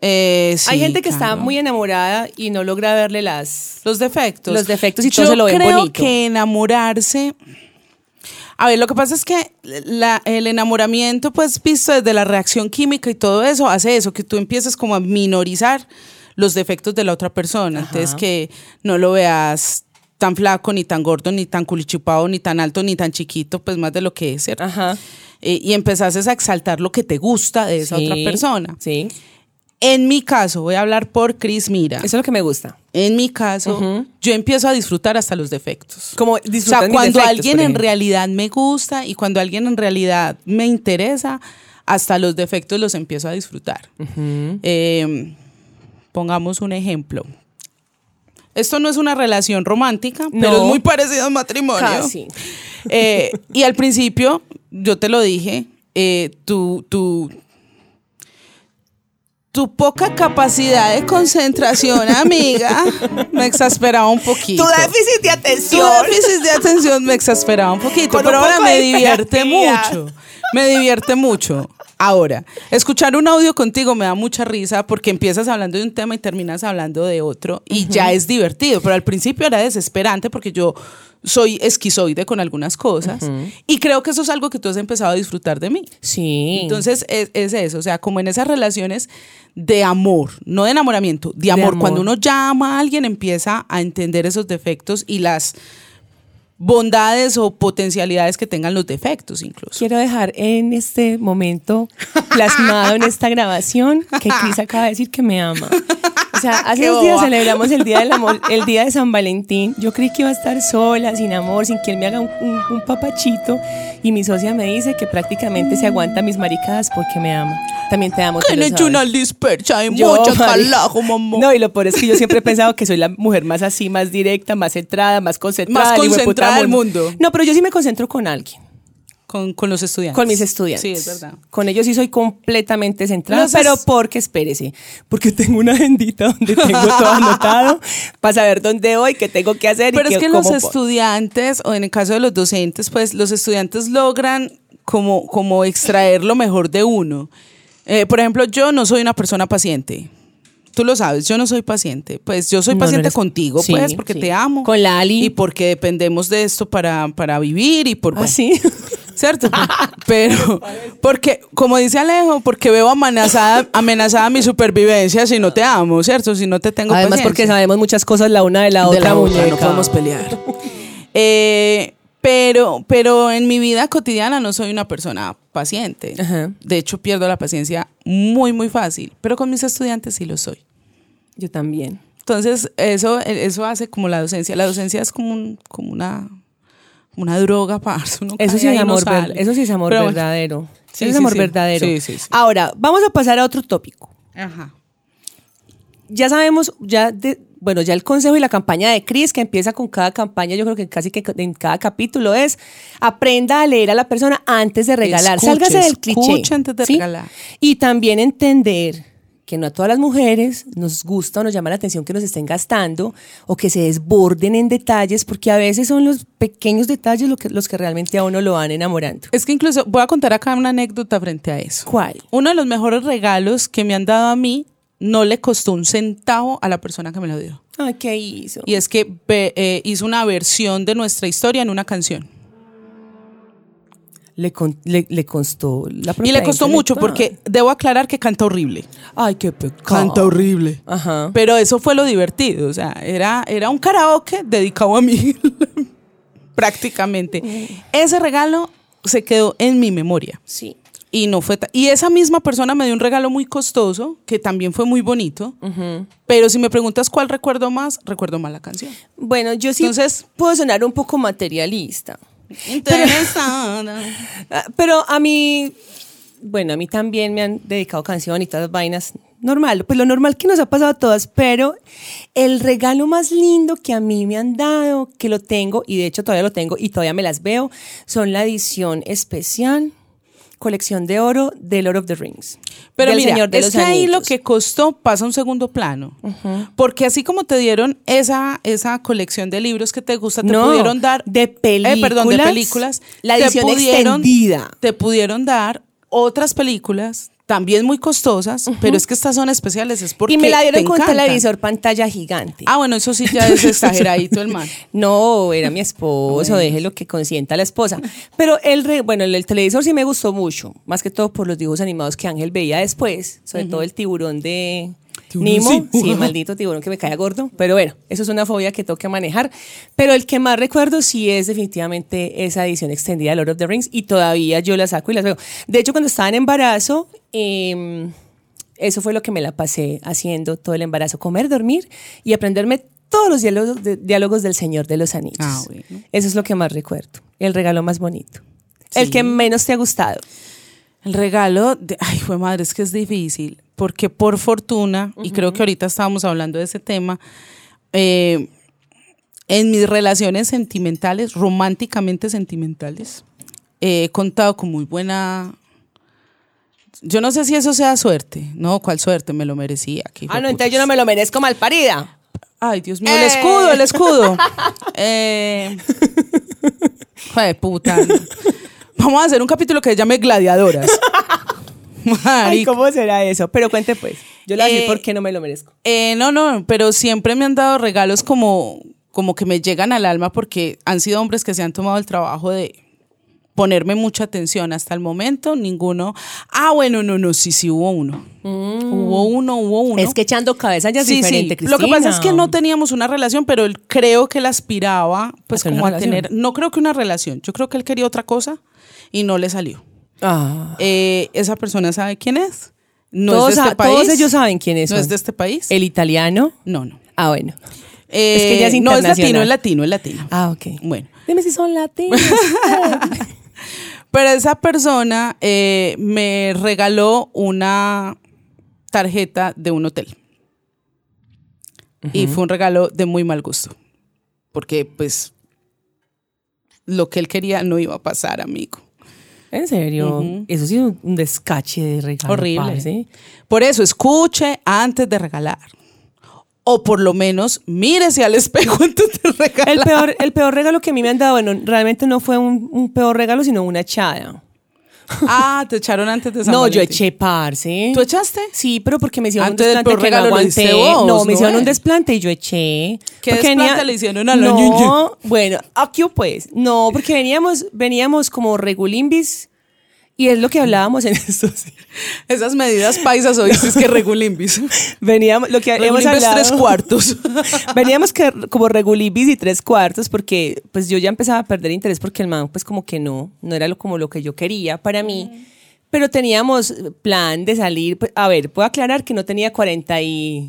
Speaker 3: Eh, sí,
Speaker 1: Hay gente que está
Speaker 3: claro.
Speaker 1: muy enamorada y no logra verle las
Speaker 3: Los defectos.
Speaker 1: Los defectos y todo
Speaker 3: Yo
Speaker 1: se lo ven
Speaker 3: creo
Speaker 1: bonito.
Speaker 3: que enamorarse... A ver, lo que pasa es que la- el enamoramiento, pues visto desde la reacción química y todo eso, hace eso, que tú empiezas como a minorizar los defectos de la otra persona. Entonces, que no lo veas tan flaco, ni tan gordo, ni tan culichupado, ni tan alto, ni tan chiquito, pues más de lo que es, ¿cierto?
Speaker 1: Ajá.
Speaker 3: Eh, y empezases a exaltar lo que te gusta de esa
Speaker 1: Sí,
Speaker 3: otra persona.
Speaker 1: Sí.
Speaker 3: En mi caso, voy a hablar por Cris Mira.
Speaker 1: Eso es lo que me gusta.
Speaker 3: En mi caso, yo empiezo a disfrutar hasta los defectos.
Speaker 1: Como
Speaker 3: o
Speaker 1: disfrutar
Speaker 3: sea,
Speaker 1: mis
Speaker 3: cuando
Speaker 1: defectos,
Speaker 3: alguien
Speaker 1: por
Speaker 3: en
Speaker 1: ejemplo.
Speaker 3: realidad me gusta y cuando alguien en realidad me interesa, hasta los defectos los empiezo a disfrutar. Eh, pongamos un ejemplo. Esto no es una relación romántica, pero
Speaker 1: No.
Speaker 3: es muy parecido a un matrimonio.
Speaker 1: Casi.
Speaker 3: Eh, y al principio, yo te lo dije, eh, tu, tu, tu poca capacidad de concentración, amiga, me exasperaba un poquito.
Speaker 1: de
Speaker 3: Tu déficit de atención me exasperaba un poquito,
Speaker 1: Con un
Speaker 3: pero ahora
Speaker 1: poco
Speaker 3: me
Speaker 1: de
Speaker 3: divierte
Speaker 1: hiperactividad.
Speaker 3: mucho. Me divierte mucho. Ahora, escuchar un audio contigo me da mucha risa porque empiezas hablando de un tema y terminas hablando de otro y ya es divertido, pero al principio era desesperante porque yo soy esquizoide con algunas cosas y creo que eso es algo que tú has empezado a disfrutar de mí.
Speaker 1: Sí.
Speaker 3: Entonces es, es eso, o sea, como en esas relaciones de amor, no de enamoramiento, de amor.
Speaker 1: amor.
Speaker 3: Cuando uno llama a alguien empieza a entender esos defectos y las bondades o potencialidades que tengan los defectos incluso.
Speaker 1: Quiero dejar en este momento plasmado en esta grabación que Cris acaba de decir que me ama. O
Speaker 3: (laughs)
Speaker 1: sea, hace
Speaker 3: Qué
Speaker 1: dos días
Speaker 3: boba.
Speaker 1: celebramos el día, del amor, el día de San Valentín. Yo creí que iba a estar sola, sin amor, sin quien me haga un, un- un papachito. Y mi socia me dice que prácticamente se aguanta mis maricadas porque me ama. También te amo. tú lo sabes.
Speaker 3: dispersa y
Speaker 1: Yo, Mari. No, y lo peor es que yo siempre he pensado que soy la mujer más así, más directa, más centrada, más concentrada.
Speaker 3: Más
Speaker 1: el hijueputa
Speaker 3: concentrada del mundo.
Speaker 1: No, pero yo sí me concentro con alguien,
Speaker 3: Con, con los estudiantes.
Speaker 1: con mis estudiantes.
Speaker 3: Sí, es verdad. pues-
Speaker 1: Con ellos sí soy completamente centrada,
Speaker 3: Los
Speaker 1: (laughs)
Speaker 3: es- (laughs)
Speaker 1: pero porque, espérese, porque tengo una agendita donde tengo todo anotado para saber dónde voy, qué tengo que hacer.
Speaker 3: Pero
Speaker 1: y
Speaker 3: es
Speaker 1: qué-
Speaker 3: que los
Speaker 1: cómo po-
Speaker 3: estudiantes, o en el caso de los docentes, pues los estudiantes logran como, como extraer lo mejor de uno. Eh, por ejemplo, yo no soy una persona paciente. Tú lo sabes, yo no soy paciente. Pues yo soy
Speaker 1: No, no
Speaker 3: paciente
Speaker 1: eres-
Speaker 3: contigo,
Speaker 1: Sí,
Speaker 3: pues, porque
Speaker 1: sí.
Speaker 3: te amo.
Speaker 1: Con la Ali.
Speaker 3: Y pues, porque dependemos de esto para, para vivir y por...
Speaker 1: Ah,
Speaker 3: bueno,
Speaker 1: sí.
Speaker 3: (laughs) ¿Cierto? Pero, porque, como dice Alejo, porque veo amenazada, amenazada mi supervivencia si no te amo, ¿cierto? Si no te tengo
Speaker 1: Además,
Speaker 3: paciencia
Speaker 1: porque sabemos muchas cosas la una de la
Speaker 3: de
Speaker 1: otra
Speaker 3: la otra,
Speaker 1: muñeca.
Speaker 3: no podemos pelear. Eh, pero, pero en mi vida cotidiana no soy una persona paciente.
Speaker 1: Ajá.
Speaker 3: De hecho, pierdo la paciencia muy, muy fácil. Pero con mis estudiantes sí lo soy.
Speaker 1: Yo también.
Speaker 3: Entonces, eso, eso hace como la docencia. La docencia es como, un- como una, una droga, (laughs) parce. Uno
Speaker 1: Eso
Speaker 3: cae
Speaker 1: sí,
Speaker 3: ahí
Speaker 1: es
Speaker 3: y no
Speaker 1: amor ver-
Speaker 3: sale.
Speaker 1: eso sí es amor
Speaker 3: Pero bueno.
Speaker 1: verdadero. Eso
Speaker 3: Sí,
Speaker 1: es
Speaker 3: sí,
Speaker 1: amor
Speaker 3: sí.
Speaker 1: verdadero.
Speaker 3: Sí, sí, sí.
Speaker 1: Ahora, vamos a pasar a otro tópico.
Speaker 3: Ajá.
Speaker 1: Ya sabemos, ya de- bueno, ya el consejo y la campaña de Cris, que empieza con cada campaña, yo creo que casi que en cada capítulo es aprenda a leer a la persona antes de regalar.
Speaker 3: Escuche,
Speaker 1: Sálgase del cliché.
Speaker 3: escuche antes de regalar.
Speaker 1: Y también entender que no a todas las mujeres nos gusta o nos llama la atención que nos estén gastando o que se desborden en detalles, porque a veces son los pequeños detalles lo que- los que realmente a uno lo van enamorando.
Speaker 3: Es que incluso voy a contar acá una anécdota frente a eso.
Speaker 1: ¿Cuál?
Speaker 3: Uno de los mejores regalos que me han dado a mí no le costó un centavo a la persona que me lo dio.
Speaker 1: Ay, Ah, ¿qué hizo?
Speaker 3: Y es que ve- eh, hizo una versión de nuestra historia en una canción.
Speaker 1: Le, con- le, le costó la
Speaker 3: Y le
Speaker 1: propiedad
Speaker 3: costó mucho
Speaker 1: intelectual.
Speaker 3: porque debo aclarar que canta horrible.
Speaker 1: Ay, qué pecado.
Speaker 3: horrible.
Speaker 1: Ajá.
Speaker 3: Pero eso fue lo divertido. O sea, era, era un karaoke dedicado a mí. (laughs) Prácticamente. Ese regalo se quedó en mi memoria.
Speaker 1: Sí.
Speaker 3: Y no fue ta- y esa misma persona me dio un regalo muy costoso, que también fue muy bonito. Pero si me preguntas cuál recuerdo más, recuerdo más la canción.
Speaker 1: Bueno, yo sí
Speaker 3: Entonces-
Speaker 1: puedo sonar un poco materialista.
Speaker 3: Interesada.
Speaker 1: Ah, Pero a mí, bueno, a mí también me han dedicado canción y todas las vainas. Normal, pues lo normal que nos ha pasado a todas, pero el regalo más lindo que a mí me han dado, que lo tengo, y de hecho todavía lo tengo y todavía me las veo, son la edición especial, colección de oro de Lord of the Rings.
Speaker 3: Pero
Speaker 1: del
Speaker 3: mira,
Speaker 1: Señor de
Speaker 3: es
Speaker 1: los
Speaker 3: que ahí lo
Speaker 1: Anillos.
Speaker 3: que costó pasa a un segundo plano. Porque así como te dieron esa, esa colección de libros que te gusta, te
Speaker 1: No,
Speaker 3: pudieron dar.
Speaker 1: de
Speaker 3: Eh, perdón, de
Speaker 1: películas,
Speaker 3: películas.
Speaker 1: la
Speaker 3: te
Speaker 1: edición
Speaker 3: pudieron-
Speaker 1: extendida.
Speaker 3: Te pudieron dar otras películas, también muy costosas, pero es que estas son especiales. Es porque
Speaker 1: Y me la dieron
Speaker 3: te
Speaker 1: con
Speaker 3: encantan.
Speaker 1: televisor pantalla gigante.
Speaker 3: Ah, bueno, eso sí ya
Speaker 1: (laughs)
Speaker 3: es exageradito el man.
Speaker 1: No, era mi esposo, deje lo que consienta la esposa. Pero el, re- bueno, el, el televisor sí me gustó mucho, más que todo por los dibujos animados que Ángel veía después, sobre todo el tiburón de
Speaker 3: Tiburón,
Speaker 1: Nemo,
Speaker 3: sí.
Speaker 1: sí,
Speaker 3: (laughs)
Speaker 1: maldito tiburón que me cae a gordo, pero bueno, eso es una fobia que tengo que manejar. Pero el que más recuerdo sí es definitivamente esa edición extendida de Lord of the Rings y todavía yo la saco y la veo. De hecho, cuando estaba en embarazo, em, eso fue lo que me la pasé haciendo todo el embarazo, comer, dormir y aprenderme todos los diálogos, de- diálogos del Señor de los Anillos.
Speaker 3: Ah, bueno.
Speaker 1: Eso es lo que más recuerdo, el regalo más bonito. El que menos te ha gustado.
Speaker 3: El regalo, de, (laughs) ay, fue madre, es que es difícil, porque por fortuna, y creo que ahorita estábamos hablando de ese tema, eh, en mis relaciones sentimentales, románticamente sentimentales, eh, he contado con muy buena... Yo no sé si eso sea suerte, ¿no? ¿Cuál suerte? Me lo merecía. qué
Speaker 1: Ah, no,
Speaker 3: hijueputas.
Speaker 1: entonces yo no me lo merezco mal parida.
Speaker 3: Ay, Dios mío, el
Speaker 1: ¡Eh!
Speaker 3: escudo, el
Speaker 1: (laughs)
Speaker 3: escudo. eh, joder, puta. no. Vamos a hacer un capítulo que se llame Gladiadoras.
Speaker 1: (laughs) Ay,
Speaker 3: Marica.
Speaker 1: ¿cómo será eso? Pero cuente pues, yo le voy a decir
Speaker 3: Eh,
Speaker 1: por qué no me lo merezco.
Speaker 3: Eh, no, no, pero siempre me han dado regalos como, como que me llegan al alma porque han sido hombres que se han tomado el trabajo de ponerme mucha atención. Hasta el momento, ninguno. Ah, bueno, no, no, sí, sí, hubo uno. Hubo uno, hubo uno.
Speaker 1: Mm. Es que echando cabeza ya es diferente,
Speaker 3: Lo que pasa es que
Speaker 1: Cristina.
Speaker 3: no teníamos una relación, pero él creo que él aspiraba, pues,
Speaker 1: ¿A tener
Speaker 3: como a
Speaker 1: una relación?
Speaker 3: tener. No creo que una relación. Yo creo que él quería otra cosa y no le salió.
Speaker 1: Ah.
Speaker 3: Eh, esa persona sabe quién es. No
Speaker 1: todos,
Speaker 3: es de este
Speaker 1: sa- todos
Speaker 3: país.
Speaker 1: ellos saben quién es.
Speaker 3: No es de este país.
Speaker 1: El italiano.
Speaker 3: No, no.
Speaker 1: Ah, bueno.
Speaker 3: Eh,
Speaker 1: Es que ella es
Speaker 3: No, es latino,
Speaker 1: internacional.
Speaker 3: es latino, es latino.
Speaker 1: Ah, ok.
Speaker 3: Bueno.
Speaker 1: Dime si son (laughs) latinos.
Speaker 3: Pero esa persona eh, me regaló una tarjeta de un hotel. Y fue un regalo de muy mal gusto. Porque, pues, lo que él quería no iba a pasar, amigo.
Speaker 1: en serio. Eso sí es un- un descache de regalo.
Speaker 3: Horrible.
Speaker 1: parce.
Speaker 3: Por eso, escuche antes de regalar. O por lo menos mírese al espejo (laughs) antes de regalar.
Speaker 1: (laughs) El peor, el peor regalo que a mí me han dado, bueno, realmente no fue un, un peor regalo, sino una echada.
Speaker 3: Ah, te echaron antes de San
Speaker 1: No, yo
Speaker 3: Valentín.
Speaker 1: eché parce.
Speaker 3: ¿Tú echaste?
Speaker 1: Sí, pero porque me hicieron
Speaker 3: Antes
Speaker 1: un
Speaker 3: del
Speaker 1: desplante
Speaker 3: peor
Speaker 1: que no
Speaker 3: regalo lo
Speaker 1: aguanté.
Speaker 3: hiciste vos,
Speaker 1: no, me
Speaker 3: ¿no
Speaker 1: hicieron un
Speaker 3: es?
Speaker 1: desplante y yo eché.
Speaker 3: ¿Qué
Speaker 1: Porque
Speaker 3: desplante
Speaker 1: venía-
Speaker 3: le hicieron a la ñuñe?
Speaker 1: No, bueno, aquí pues.
Speaker 3: (laughs)
Speaker 1: No, porque veníamos, veníamos como regulimbis y es lo que hablábamos en (laughs) estos.
Speaker 3: Esas medidas paisas o dices
Speaker 1: (laughs)
Speaker 3: que regulimbis.
Speaker 1: Veníamos, lo que hemos
Speaker 3: Regulimbis
Speaker 1: hablado.
Speaker 3: tres
Speaker 1: (laughs)
Speaker 3: cuartos.
Speaker 1: Veníamos que, como regulimbis y tres cuartos porque pues yo ya empezaba a perder interés porque el man pues como que no, no era lo, como lo que yo quería para mí. Pero teníamos plan de salir. pues, A ver, puedo aclarar que no tenía 43,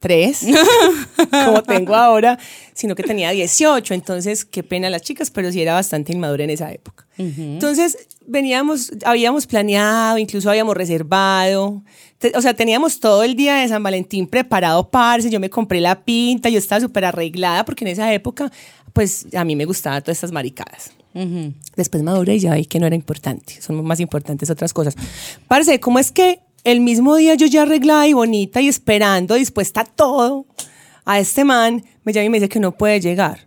Speaker 1: (laughs) como tengo ahora, sino que tenía 18. Entonces, qué pena las chicas, pero sí era bastante inmadura en esa época. Entonces, veníamos, habíamos planeado, incluso habíamos reservado. Te- o sea, teníamos todo el día de San Valentín preparado, parce. Yo me compré la pinta, yo estaba súper arreglada, porque en esa época, pues a mí me gustaban todas estas maricadas. Después maduré y ya vi que no era importante. Son más importantes otras cosas. Parce, ¿cómo es que el mismo día yo ya arreglada y bonita y esperando, dispuesta a todo, a este man, me llama y me dice que no puede llegar?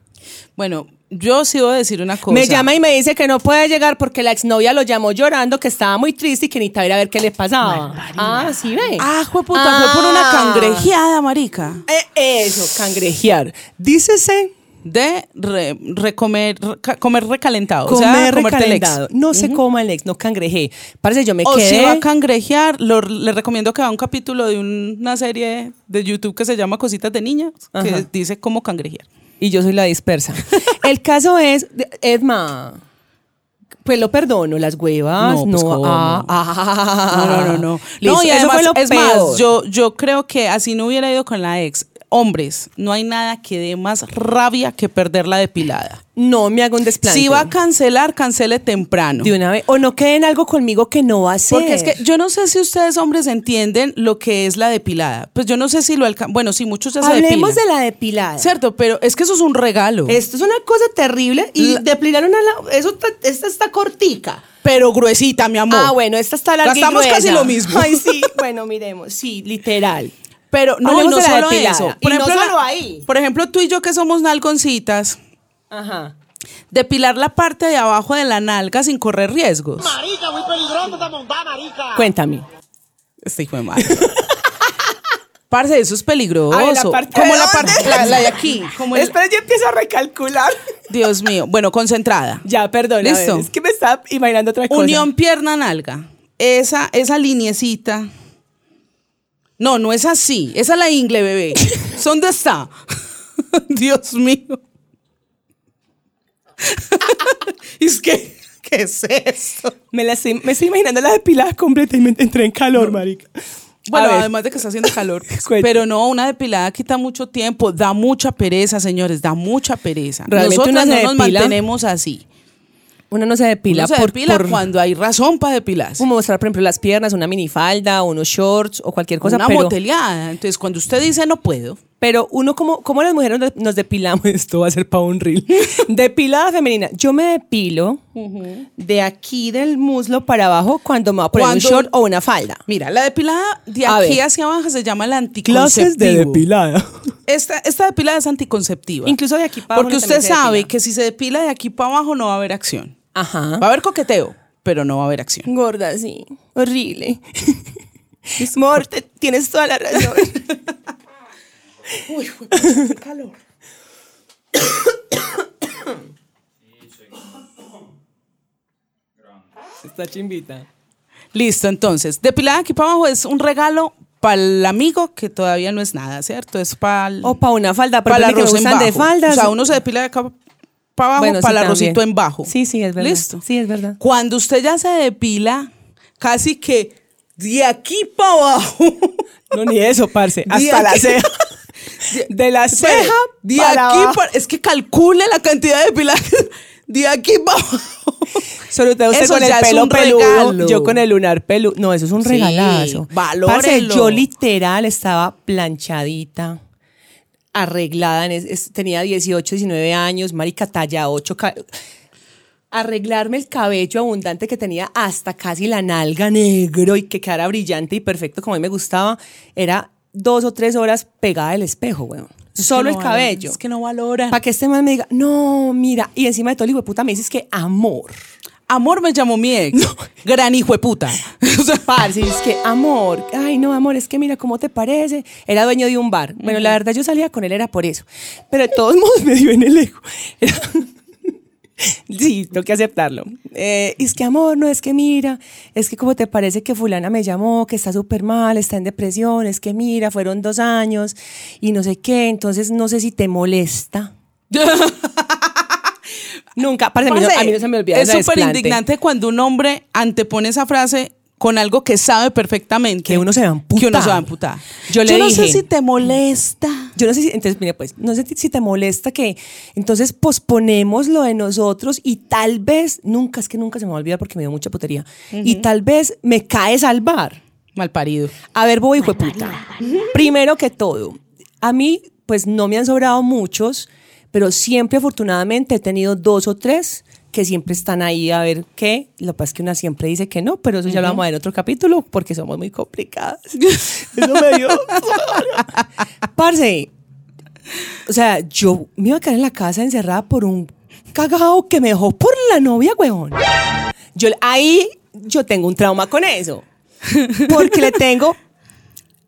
Speaker 3: Bueno, yo sí voy a decir una cosa.
Speaker 1: me llama y me dice que no puede llegar porque la exnovia lo llamó llorando, que estaba muy triste y que necesitaba ir a ver qué le pasaba. Ah, sí, ve.
Speaker 3: Ah, jueputa, fue por una
Speaker 1: Ah.
Speaker 3: cangrejeada, marica.
Speaker 1: Eh, eso, cangrejear. Dícese
Speaker 3: De re- recomer, reca- comer recalentado.
Speaker 1: comer
Speaker 3: o sea, comerte el ex.
Speaker 1: recalentado. No se coma el ex, no cangreje. Parece yo me
Speaker 3: O
Speaker 1: quedé.
Speaker 3: si va a cangrejear, lo- le recomiendo que vea un capítulo de una serie de YouTube que se llama Cositas de Niñas,
Speaker 1: Ajá.
Speaker 3: que dice cómo cangrejear.
Speaker 1: y yo soy la
Speaker 3: (laughs)
Speaker 1: dispersa. El caso es, Edma, pues lo perdono, las huevas,
Speaker 3: No,
Speaker 1: no,
Speaker 3: pues, ¿cómo?
Speaker 1: ah, ah,
Speaker 3: No,
Speaker 1: (laughs)
Speaker 3: no, no, no.
Speaker 1: Listo,
Speaker 3: no, y
Speaker 1: eso
Speaker 3: además,
Speaker 1: fue lo
Speaker 3: es
Speaker 1: peor.
Speaker 3: más, yo, yo creo que así no hubiera ido con la ex. Hombres, no hay nada que dé más rabia que perderla depilada.
Speaker 1: no me hago un desplante.
Speaker 3: Si va a cancelar, cancele temprano.
Speaker 1: de una vez, o no queden algo conmigo que no va a ser.
Speaker 3: Porque es que yo no sé si ustedes hombres entienden lo que es la depilada. Pues yo no sé si lo alcanzan. Bueno, sí, muchos ya se
Speaker 1: Hablemos de
Speaker 3: depilan.
Speaker 1: la depilada.
Speaker 3: Cierto, pero es que eso es un regalo.
Speaker 1: Esto es una cosa terrible y
Speaker 3: La-
Speaker 1: depilar una... la- Eso, ta- esta está cortica.
Speaker 3: pero gruesita, mi amor.
Speaker 1: Ah, bueno, esta está larga y
Speaker 3: Gastamos casi
Speaker 1: gruesa.
Speaker 3: lo mismo.
Speaker 1: Ay, sí, bueno, miremos. Sí, literal.
Speaker 3: Pero no, y
Speaker 1: Hablemos
Speaker 3: no
Speaker 1: de la
Speaker 3: solo
Speaker 1: depilada.
Speaker 3: eso.
Speaker 1: Y no
Speaker 3: la-
Speaker 1: solo ahí.
Speaker 3: Por ejemplo, tú y yo que somos nalgoncitas,
Speaker 1: Ajá.
Speaker 3: depilar la parte de abajo de la nalga sin correr riesgos.
Speaker 4: Marica, é muy peligroso esta montada,
Speaker 3: Ah.
Speaker 4: marica.
Speaker 1: Cuéntame.
Speaker 3: Este hijo de madre. (laughs) Parce, eso es peligroso.
Speaker 1: Ay, la parte
Speaker 3: como
Speaker 1: de
Speaker 3: la
Speaker 1: dónde?
Speaker 3: parte, la, la
Speaker 1: (laughs)
Speaker 3: de aquí. Como el-
Speaker 1: Espera, yo empiezo a recalcular.
Speaker 3: Dios mío. Bueno, concentrada.
Speaker 1: Ya, perdón. a ver,
Speaker 3: Listo.
Speaker 1: es que me estaba imaginando otra cosa.
Speaker 3: Unión pierna nalga. Esa, esa liniecita. No, no es así. Esa es la
Speaker 1: (laughs)
Speaker 3: ingle, bebé. ¿Dónde está? (laughs) Dios mío. (laughs) es que, ¿qué es esto?
Speaker 1: Me, la estoy, me estoy imaginando la depilada completa y me entré en calor, marica.
Speaker 3: Bueno,
Speaker 1: A ver,
Speaker 3: además de que está haciendo
Speaker 1: (laughs)
Speaker 3: calor.
Speaker 1: Cuenta.
Speaker 3: pero no, una depilada quita mucho tiempo, da mucha pereza, señores, da mucha pereza.
Speaker 1: Realmente una
Speaker 3: Nosotras no
Speaker 1: se
Speaker 3: nos
Speaker 1: depila.
Speaker 3: mantenemos así.
Speaker 1: uno no se depila
Speaker 3: Uno se
Speaker 1: por,
Speaker 3: depila
Speaker 1: por-
Speaker 3: cuando hay razón para depilarse.
Speaker 1: como mostrar, por ejemplo, las piernas, una minifalda, unos shorts o cualquier cosa.
Speaker 3: una
Speaker 1: pero,
Speaker 3: moteleada. Entonces, cuando usted dice no puedo,
Speaker 1: pero uno, como, como las mujeres nos- nos depilamos, (laughs) esto va a ser para un (laughs) reel. Depilada femenina. Yo me depilo de aquí del muslo para abajo cuando me voy a poner
Speaker 3: Cuando-
Speaker 1: un short o una falda.
Speaker 3: Mira, la depilada de
Speaker 1: A
Speaker 3: aquí
Speaker 1: ver.
Speaker 3: hacia abajo se llama la anticonceptivo.
Speaker 1: depilada.
Speaker 3: esta, esta depilada es anticonceptiva.
Speaker 1: Incluso de aquí para abajo
Speaker 3: Porque
Speaker 1: no
Speaker 3: usted
Speaker 1: también se
Speaker 3: sabe
Speaker 1: depila.
Speaker 3: que si se depila de aquí para abajo no va a haber acción.
Speaker 1: Ajá.
Speaker 3: Va a haber coqueteo, pero no va a haber acción.
Speaker 1: Gorda, sí. Horrible. Amor, te- tienes toda la razón.
Speaker 3: Uy, qué calor.
Speaker 1: Está chimbita.
Speaker 3: Listo, entonces, depilada de aquí para abajo es un regalo para el amigo que todavía no es nada, ¿cierto? Es para el,
Speaker 1: O para una falda, para
Speaker 3: pa'l
Speaker 1: Oh, que me
Speaker 3: arroz en
Speaker 1: gustan de
Speaker 3: bajo.
Speaker 1: faldas.
Speaker 3: O sea, uno se depila de acá para abajo
Speaker 1: Bueno, sí,
Speaker 3: para el
Speaker 1: también.
Speaker 3: arrocito en bajo.
Speaker 1: Sí, sí, es verdad.
Speaker 3: Listo.
Speaker 1: Sí, es verdad.
Speaker 3: Cuando usted ya se depila, casi que de aquí para abajo.
Speaker 1: No, ni eso, parce.
Speaker 3: De aquí- (laughs)
Speaker 1: De la
Speaker 3: Ceja, de aquí para. Es que calcule la cantidad de depiladas. (laughs) De aquí para abajo.
Speaker 1: Solo te usted
Speaker 3: Eso
Speaker 1: con el
Speaker 3: ya es
Speaker 1: pelo
Speaker 3: un
Speaker 1: peludo,
Speaker 3: regalo.
Speaker 1: yo con el lunar peludo. No, eso es un
Speaker 3: Sí,
Speaker 1: regalazo. Parce,
Speaker 3: valórelo.
Speaker 1: yo literal estaba planchadita, arreglada, en es- es- tenía 18, 19 años, marica talla 8. ca- Arreglarme el cabello abundante que tenía hasta casi la nalga negro y que quedara brillante y perfecto como a mí me gustaba, era dos o tres horas pegada al espejo, weón.
Speaker 3: Es
Speaker 1: Solo
Speaker 3: que no
Speaker 1: el
Speaker 3: valora,
Speaker 1: cabello.
Speaker 3: es que no valora.
Speaker 1: Para que este man me diga, no, mira. Y encima de todo, el hijo de puta me dices que amor.
Speaker 3: Amor me llamó mi ex. Gran hijo de puta. (laughs) O sea,
Speaker 1: Parce, es que amor, ay no, amor, es que mira cómo te parece. Era dueño de un bar. Bueno, la verdad yo salía con él, era por eso. Pero de todos (laughs) modos me dio en el ego. Era- (laughs) Sí, tengo que aceptarlo. Eh, es que amor, no, es que mira, es que como te parece que fulana me llamó, que está súper mal, está en depresión, es que mira, fueron dos años y no sé qué, entonces no sé si te
Speaker 3: (laughs)
Speaker 1: molesta. Nunca, parce, a, mí no,
Speaker 3: parce,
Speaker 1: a mí no se me olvida.
Speaker 3: Es
Speaker 1: ese
Speaker 3: súper
Speaker 1: desplante.
Speaker 3: indignante cuando un hombre antepone esa frase con algo que sabe perfectamente.
Speaker 1: Que uno se va a amputar.
Speaker 3: Que uno se va a amputar.
Speaker 1: Yo le
Speaker 3: no sé
Speaker 1: dije-
Speaker 3: si te molesta.
Speaker 1: Yo no sé si, entonces, mira, pues, no sé si te molesta que entonces posponemos lo de nosotros y tal vez, nunca, es que nunca se me va a olvidar porque me dio mucha putería, y tal vez me caes al bar.
Speaker 3: Mal parido.
Speaker 1: A ver, voy, hijo de puta. Primero que todo, a mí, pues, no me han sobrado muchos, pero siempre, afortunadamente, he tenido dos o tres que siempre están ahí a ver qué. Lo que pasa es que una siempre dice que no, pero eso ya lo vamos a ver en otro capítulo porque somos muy complicadas. Eso me
Speaker 3: (laughs)
Speaker 1: dio... Parce, o sea, yo me iba a quedar en la casa encerrada por un cagao que me dejó por la novia, weón. Yo, ahí yo tengo un trauma con eso. Porque le tengo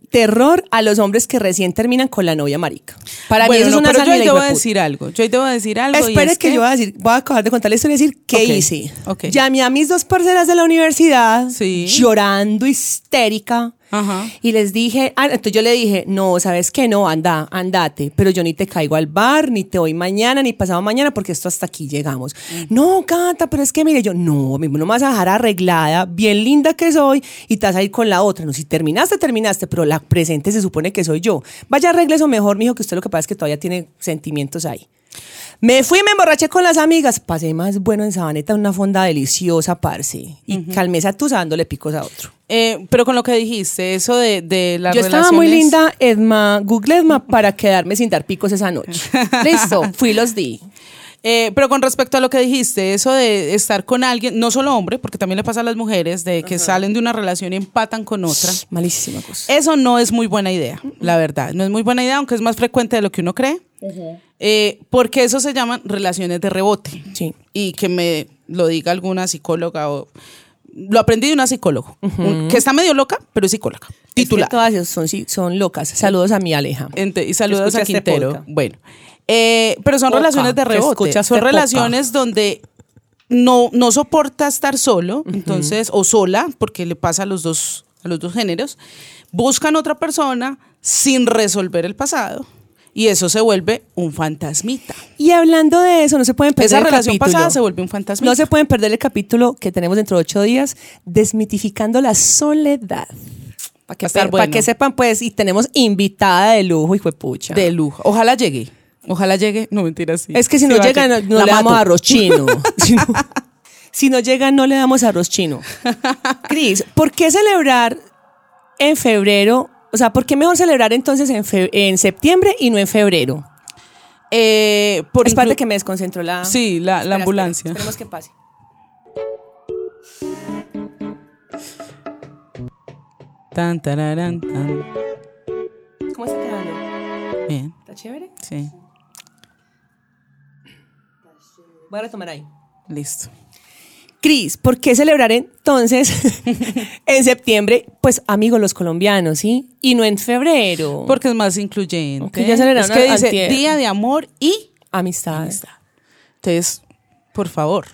Speaker 1: terror a los hombres que recién terminan con la novia marica. Para
Speaker 3: Bueno,
Speaker 1: mí eso
Speaker 3: no,
Speaker 1: es una
Speaker 3: pero yo
Speaker 1: salida
Speaker 3: ahí
Speaker 1: de
Speaker 3: te voy a
Speaker 1: hijueputa.
Speaker 3: decir algo. Yo ahí te voy a decir algo. y
Speaker 1: Espere
Speaker 3: es
Speaker 1: que, yo voy a decir, voy a acabar de contar la historia y decir qué
Speaker 3: Ok,
Speaker 1: hice.
Speaker 3: ok.
Speaker 1: Llamé a mis dos parceras de la universidad,
Speaker 3: Sí. Ah.
Speaker 1: llorando, histérica.
Speaker 3: Ajá.
Speaker 1: Y les dije, ah, entonces yo le dije, no, ¿sabes qué? No, anda, andate, pero yo ni te caigo al bar, ni te voy mañana, ni pasado mañana, porque esto hasta aquí llegamos. No, Cata, pero es que mire, yo, no, mismo no me vas a dejar arreglada, bien linda que soy, y te vas a ir con la otra. No, si terminaste, terminaste, pero la presente se supone que soy yo. Vaya, arregle eso mejor, mijo, que usted lo que pasa es que todavía tiene sentimientos ahí. Me fui, me emborraché con las amigas. Pasé más bueno en Sabaneta, una fonda deliciosa, parce. Y calmé esa tusa dándole picos a otro.
Speaker 3: Eh, pero con lo que dijiste, eso de, de las
Speaker 1: Yo estaba muy
Speaker 3: relaciones-
Speaker 1: linda, Edma, Google Edma, para quedarme sin dar picos esa
Speaker 3: (laughs)
Speaker 1: noche. Listo, fui y los di.
Speaker 3: Eh, pero con respecto a lo que dijiste, eso de estar con alguien, no solo hombre, porque también le pasa a las mujeres, de que salen de una relación y empatan con otra.
Speaker 1: Malísima cosa.
Speaker 3: Eso no es muy buena idea, la verdad. No es muy buena idea, aunque es más frecuente de lo que uno cree. Eh, porque eso se llaman relaciones de rebote.
Speaker 1: Sí.
Speaker 3: Y que me lo diga alguna psicóloga o. Lo aprendí de una psóloga, un- que está medio loca, pero es psicóloga.
Speaker 1: Titular.
Speaker 3: Titular.
Speaker 1: todas son, sí, son locas. Saludos a mi Aleja.
Speaker 3: Ente- y saludos
Speaker 1: Escucha
Speaker 3: a
Speaker 1: este
Speaker 3: Quintero.
Speaker 1: podcast.
Speaker 3: bueno, Eh, pero son
Speaker 1: Poca,
Speaker 3: relaciones de
Speaker 1: que
Speaker 3: rebote.
Speaker 1: escucha
Speaker 3: Son
Speaker 1: este
Speaker 3: relaciones donde no, no soporta estar solo, entonces, o sola, porque le pasa a los dos, a los dos géneros, buscan otra persona sin resolver el pasado. Y eso se vuelve un fantasmita.
Speaker 1: Y hablando de eso, no se pueden perder
Speaker 3: Esa
Speaker 1: Pues el
Speaker 3: relación
Speaker 1: capítulo.
Speaker 3: pasada se vuelve un fantasmita.
Speaker 1: No se pueden perder el capítulo que tenemos dentro de ocho días, desmitificando la soledad. Para
Speaker 3: Va
Speaker 1: que,
Speaker 3: a estar
Speaker 1: pa'
Speaker 3: bueno.
Speaker 1: que sepan, pues, y tenemos invitada de lujo, hijo de pucha.
Speaker 3: De lujo. Ojalá llegue. Ojalá llegue. No, mentira, sí.
Speaker 1: es que si
Speaker 3: Sí
Speaker 1: no
Speaker 3: va a
Speaker 1: llega, no,
Speaker 3: llegar.
Speaker 1: no
Speaker 3: La
Speaker 1: le damos
Speaker 3: mato.
Speaker 1: arroz chino. (laughs) si, no, si no llega, no le damos arroz chino. Cris, ¿por qué celebrar en febrero? O sea, ¿por qué mejor celebrar entonces en, fe- en septiembre y no en febrero?
Speaker 3: Eh, por
Speaker 1: es parte
Speaker 3: inclu-
Speaker 1: que me desconcentró la,
Speaker 3: Sí, la, la
Speaker 1: Espera, espera,
Speaker 3: ambulancia.
Speaker 1: esperemos que pase.
Speaker 3: Tan, tararán, tan.
Speaker 1: ¿Cómo está quedando?
Speaker 3: Bien,
Speaker 1: ¿Está chévere?
Speaker 3: sí.
Speaker 1: Voy a retomar ahí.
Speaker 3: Listo.
Speaker 1: Cris, ¿por qué celebrar entonces (laughs) en septiembre? Pues amigos los colombianos, ¿sí? Y no en febrero.
Speaker 3: Porque es más incluyente.
Speaker 1: Ok, ya se le dan
Speaker 3: es que dice
Speaker 1: antier.
Speaker 3: Día de Amor y
Speaker 1: Amistad.
Speaker 3: Amistad. Entonces, por favor,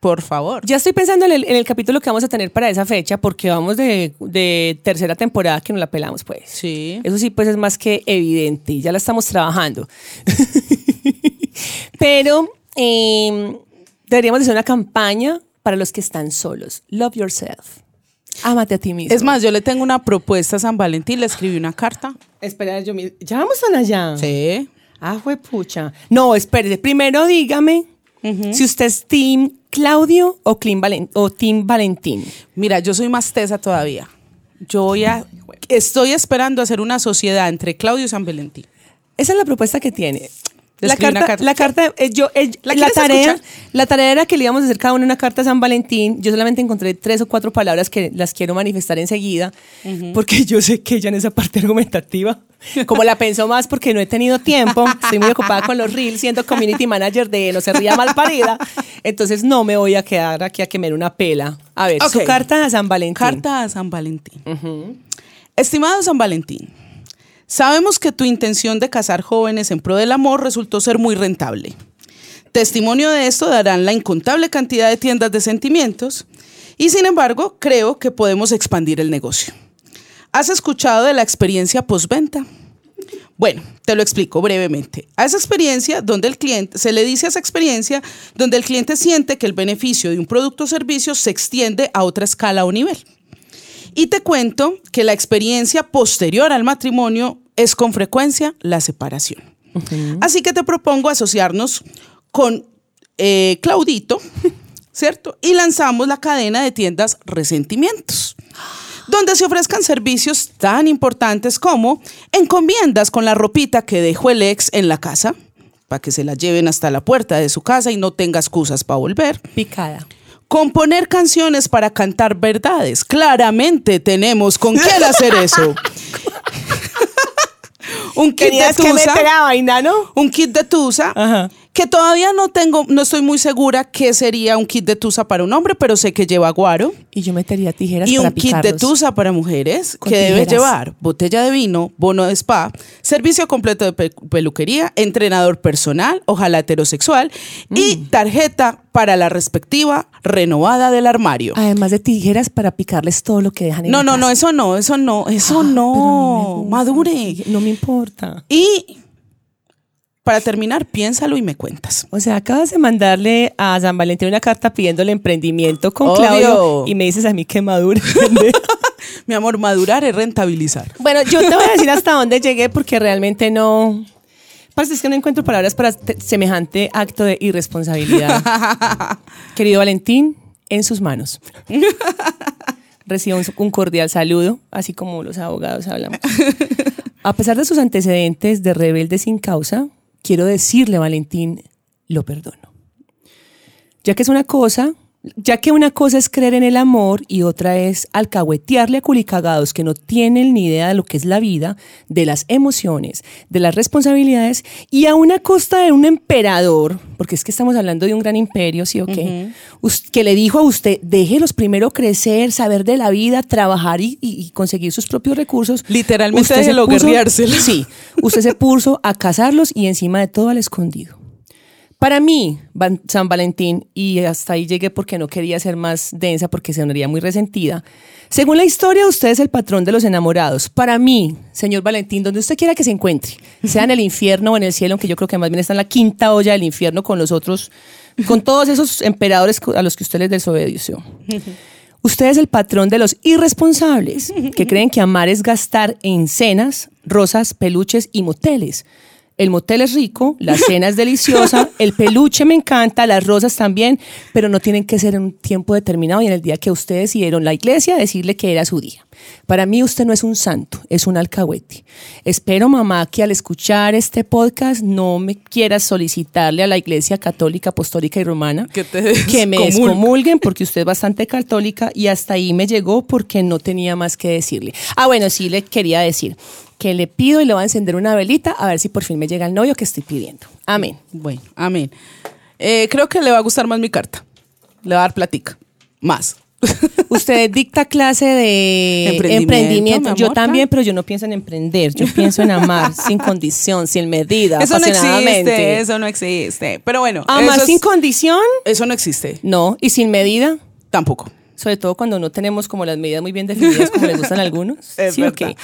Speaker 3: por favor.
Speaker 1: Ya estoy pensando en el, en el capítulo que vamos a tener para esa fecha porque vamos de, de tercera temporada que no la pelamos, pues.
Speaker 3: Sí.
Speaker 1: Eso sí, pues es más que evidente y ya la estamos trabajando. (laughs) Pero eh, deberíamos hacer una campaña para los que están solos. Love yourself. Ámate a ti mismo.
Speaker 3: Es más, yo le tengo una propuesta a San Valentín, le escribí una carta.
Speaker 1: Espera, yo mismo. ¿Ya vamos tan allá?
Speaker 3: Sí.
Speaker 1: Ah, pucha. No, espérese. Primero dígame si usted es Team Claudio o, Clean Valen- o Team Valentín.
Speaker 3: Mira, yo soy más tesa todavía. Yo voy a. Estoy esperando hacer una sociedad entre Claudio y San Valentín.
Speaker 1: Esa es la propuesta que tiene. La
Speaker 3: Escribí una
Speaker 1: carta, la carta, eh, yo, eh,
Speaker 3: ¿La
Speaker 1: ¿La,
Speaker 3: quieres
Speaker 1: tarea,
Speaker 3: escuchar?
Speaker 1: la tarea era que le íbamos a hacer cada uno una carta a San Valentín. Yo solamente encontré tres o cuatro palabras que las quiero manifestar enseguida, porque yo sé que ella en esa parte (laughs) argumentativa, como la pensó más porque no he tenido tiempo, estoy muy ocupada con los reels, siendo community manager de No se ría mal parida, entonces no me voy a quedar aquí a quemar una pela. A ver,
Speaker 3: Ok.
Speaker 1: su carta a San Valentín.
Speaker 3: Carta a San Valentín. Estimado San Valentín, sabemos que tu intención de casar jóvenes en pro del amor resultó ser muy rentable. Testimonio de esto darán la incontable cantidad de tiendas de sentimientos y sin embargo creo que podemos expandir el negocio. ¿Has escuchado de la experiencia postventa? Bueno, te lo explico brevemente. A esa experiencia donde el cliente, se le dice a esa experiencia donde el cliente siente que el beneficio de un producto o servicio se extiende a otra escala o nivel. Y te cuento que la experiencia posterior al matrimonio es con frecuencia la separación. Así que te propongo asociarnos con eh, Claudito, ¿cierto? Y lanzamos la cadena de tiendas Resentimientos donde se ofrezcan servicios tan importantes como encomiendas con la ropita que dejó el ex en la casa, para que se la lleven hasta la puerta de su casa y no tenga excusas para volver.
Speaker 1: Picada.
Speaker 3: Componer canciones para cantar verdades. Claramente tenemos con quién
Speaker 1: (laughs)
Speaker 3: hacer eso. Un kit de
Speaker 1: Tenías que
Speaker 3: tusa
Speaker 1: meter a vaina, ¿no?
Speaker 3: un kit de tusa
Speaker 1: Ajá.
Speaker 3: que todavía no tengo, no estoy muy segura qué sería un kit de tusa para un hombre, pero sé que lleva guaro
Speaker 1: Y yo metería tijeras
Speaker 3: y
Speaker 1: para
Speaker 3: un kit de
Speaker 1: picarlos.
Speaker 3: tusa para mujeres
Speaker 1: Con
Speaker 3: que debe
Speaker 1: tijeras.
Speaker 3: llevar botella de vino, bono de spa, servicio completo de pe- peluquería, entrenador personal, ojalá heterosexual
Speaker 1: Mm.
Speaker 3: y tarjeta para la respectiva renovada del armario.
Speaker 1: Además de tijeras para picarles todo lo que dejan en
Speaker 3: no,
Speaker 1: la
Speaker 3: no, no,
Speaker 1: casa.
Speaker 3: eso no, eso no, eso
Speaker 1: Ah, pero
Speaker 3: no,
Speaker 1: me gusta.
Speaker 3: madure.
Speaker 1: No me importa.
Speaker 3: Y para terminar, piénsalo y me cuentas.
Speaker 1: O sea, acabas de mandarle a San Valentín una carta pidiéndole emprendimiento con
Speaker 3: Obvio.
Speaker 1: Claudio y me dices a mí que (laughs) madura. pendeja.
Speaker 3: Mi amor, madurar es rentabilizar.
Speaker 1: bueno, yo te voy a decir hasta dónde llegué porque realmente no. Parece es que no encuentro palabras para te- semejante acto de irresponsabilidad. Querido Valentín, en sus manos. Recibo un, un cordial saludo, así como los abogados hablamos. A pesar de sus antecedentes de rebelde sin causa, quiero decirle, Valentín, lo perdono. Ya que es una cosa, ya que una cosa es creer en el amor y otra es alcahuetearle a culicagados que no tienen ni idea de lo que es la vida, de las emociones, de las responsabilidades y a una costa de un emperador, porque es que estamos hablando de un gran imperio, ¿sí o qué? Us- Que le dijo a usted, déjelos primero crecer, saber de la vida, trabajar y, y- y conseguir sus propios recursos.
Speaker 3: Literalmente
Speaker 1: se
Speaker 3: déjelo
Speaker 1: puso-
Speaker 3: guerreársela.
Speaker 1: Sí, usted se puso a casarlos y encima de todo al escondido. Para mí, Van- San Valentín, y hasta ahí llegué porque no quería ser más densa porque se sonaría muy resentida. Según la historia, usted es el patrón de los enamorados. Para mí, señor Valentín, donde usted quiera que se encuentre, sea en el infierno o en el cielo, aunque yo creo que más bien está en la quinta olla del infierno con los otros, con todos esos emperadores cu- a los que usted les desobedeció. Usted es el patrón de los irresponsables
Speaker 3: (laughs)
Speaker 1: que creen que amar es gastar en cenas, rosas, peluches y moteles. El motel es rico,
Speaker 3: (laughs)
Speaker 1: la cena es deliciosa, el peluche me encanta, las rosas también, pero no tienen que ser en un tiempo determinado y en el día que usted decidieron la iglesia decirle que era su día. Para mí usted no es un santo, es un alcahuete. Espero, mamá, que al escuchar este podcast no me quieras solicitarle a la iglesia católica, apostólica y romana
Speaker 3: Que
Speaker 1: que
Speaker 3: te
Speaker 1: me
Speaker 3: descomulque.
Speaker 1: descomulgue excomulguen porque usted es bastante católica y hasta ahí me llegó porque no tenía más que decirle. Ah, bueno, sí le quería decir que le pido y le voy a encender una velita a ver si por fin me llega el novio que estoy pidiendo. Amén.
Speaker 3: Bueno, amén. Eh, creo que le va a gustar más mi carta. Le va a dar platica. Más. (laughs)
Speaker 1: Usted dicta clase de
Speaker 3: Emprendimiento,
Speaker 1: emprendimiento.
Speaker 3: mi amor,
Speaker 1: yo también,
Speaker 3: claro.
Speaker 1: pero yo no pienso en emprender. Yo pienso en
Speaker 3: (laughs)
Speaker 1: amar sin condición, sin medida,
Speaker 3: eso no existe,
Speaker 1: apasionadamente.
Speaker 3: eso no existe. Pero bueno,
Speaker 1: Amar
Speaker 3: eso, es-
Speaker 1: sin condición,
Speaker 3: eso no existe
Speaker 1: no, y sin medida.
Speaker 3: tampoco.
Speaker 1: Sobre todo cuando no tenemos como las medidas muy bien definidas como
Speaker 3: (laughs)
Speaker 1: les gustan a algunos.
Speaker 3: Es
Speaker 1: sí, ok.
Speaker 3: verdad.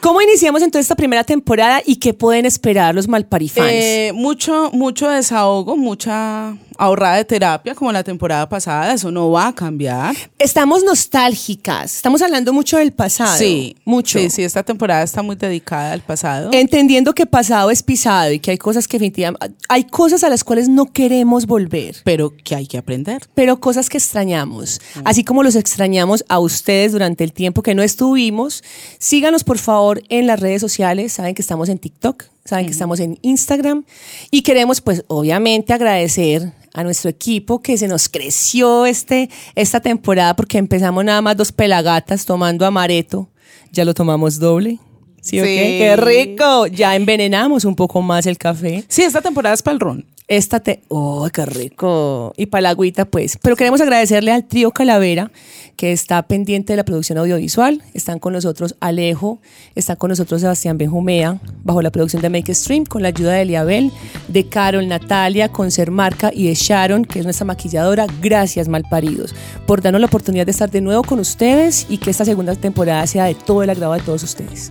Speaker 1: ¿Cómo iniciamos entonces esta primera temporada y qué pueden esperar los malparifans?
Speaker 3: Eh, mucho, mucho desahogo, mucha ahorrada de terapia como la temporada pasada. Eso no va a cambiar.
Speaker 1: Estamos nostálgicas, estamos hablando mucho del pasado.
Speaker 3: Sí,
Speaker 1: mucho.
Speaker 3: Sí, sí, esta temporada está muy dedicada al pasado.
Speaker 1: Entendiendo que pasado es pisado y que hay cosas que definitivamente, hay cosas a las cuales no queremos volver.
Speaker 3: pero que hay que aprender.
Speaker 1: pero cosas que extrañamos, así como los extrañamos a ustedes durante el tiempo que no estuvimos. Síganos por favor favor en las redes sociales, saben que estamos en TikTok, saben que estamos en Instagram y queremos pues obviamente agradecer a nuestro equipo que se nos creció este, esta temporada porque empezamos nada más dos pelagatas tomando amareto, ya lo tomamos doble. ¿Sí, o
Speaker 3: Sí.
Speaker 1: qué? ¡Qué rico! Ya envenenamos un poco más el café.
Speaker 3: Sí, esta temporada es para el ron.
Speaker 1: Esta te. ¡Oh, qué rico! Y para la agüita, pues. Pero queremos agradecerle al trío Calavera, que está pendiente de la producción audiovisual. Están con nosotros Alejo, está con nosotros Sebastián Benjumea, bajo la producción de Make Stream, con la ayuda de Eliabel, de Carol, Natalia, con Sermarca y de Sharon, que es nuestra maquilladora. Gracias, malparidos, por darnos la oportunidad de estar de nuevo con ustedes y que esta segunda temporada sea de todo el agrado de todos ustedes.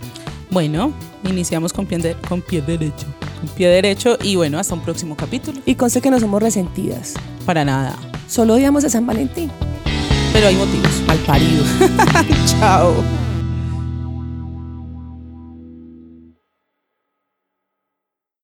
Speaker 3: Bueno, iniciamos con pie, de- con pie derecho. Con pie derecho y bueno, hasta un próximo capítulo.
Speaker 1: Y conste que no somos resentidas.
Speaker 3: Para nada.
Speaker 1: Solo odiamos a San Valentín.
Speaker 3: Pero hay motivos.
Speaker 1: Malparidos.
Speaker 3: (laughs) Chao.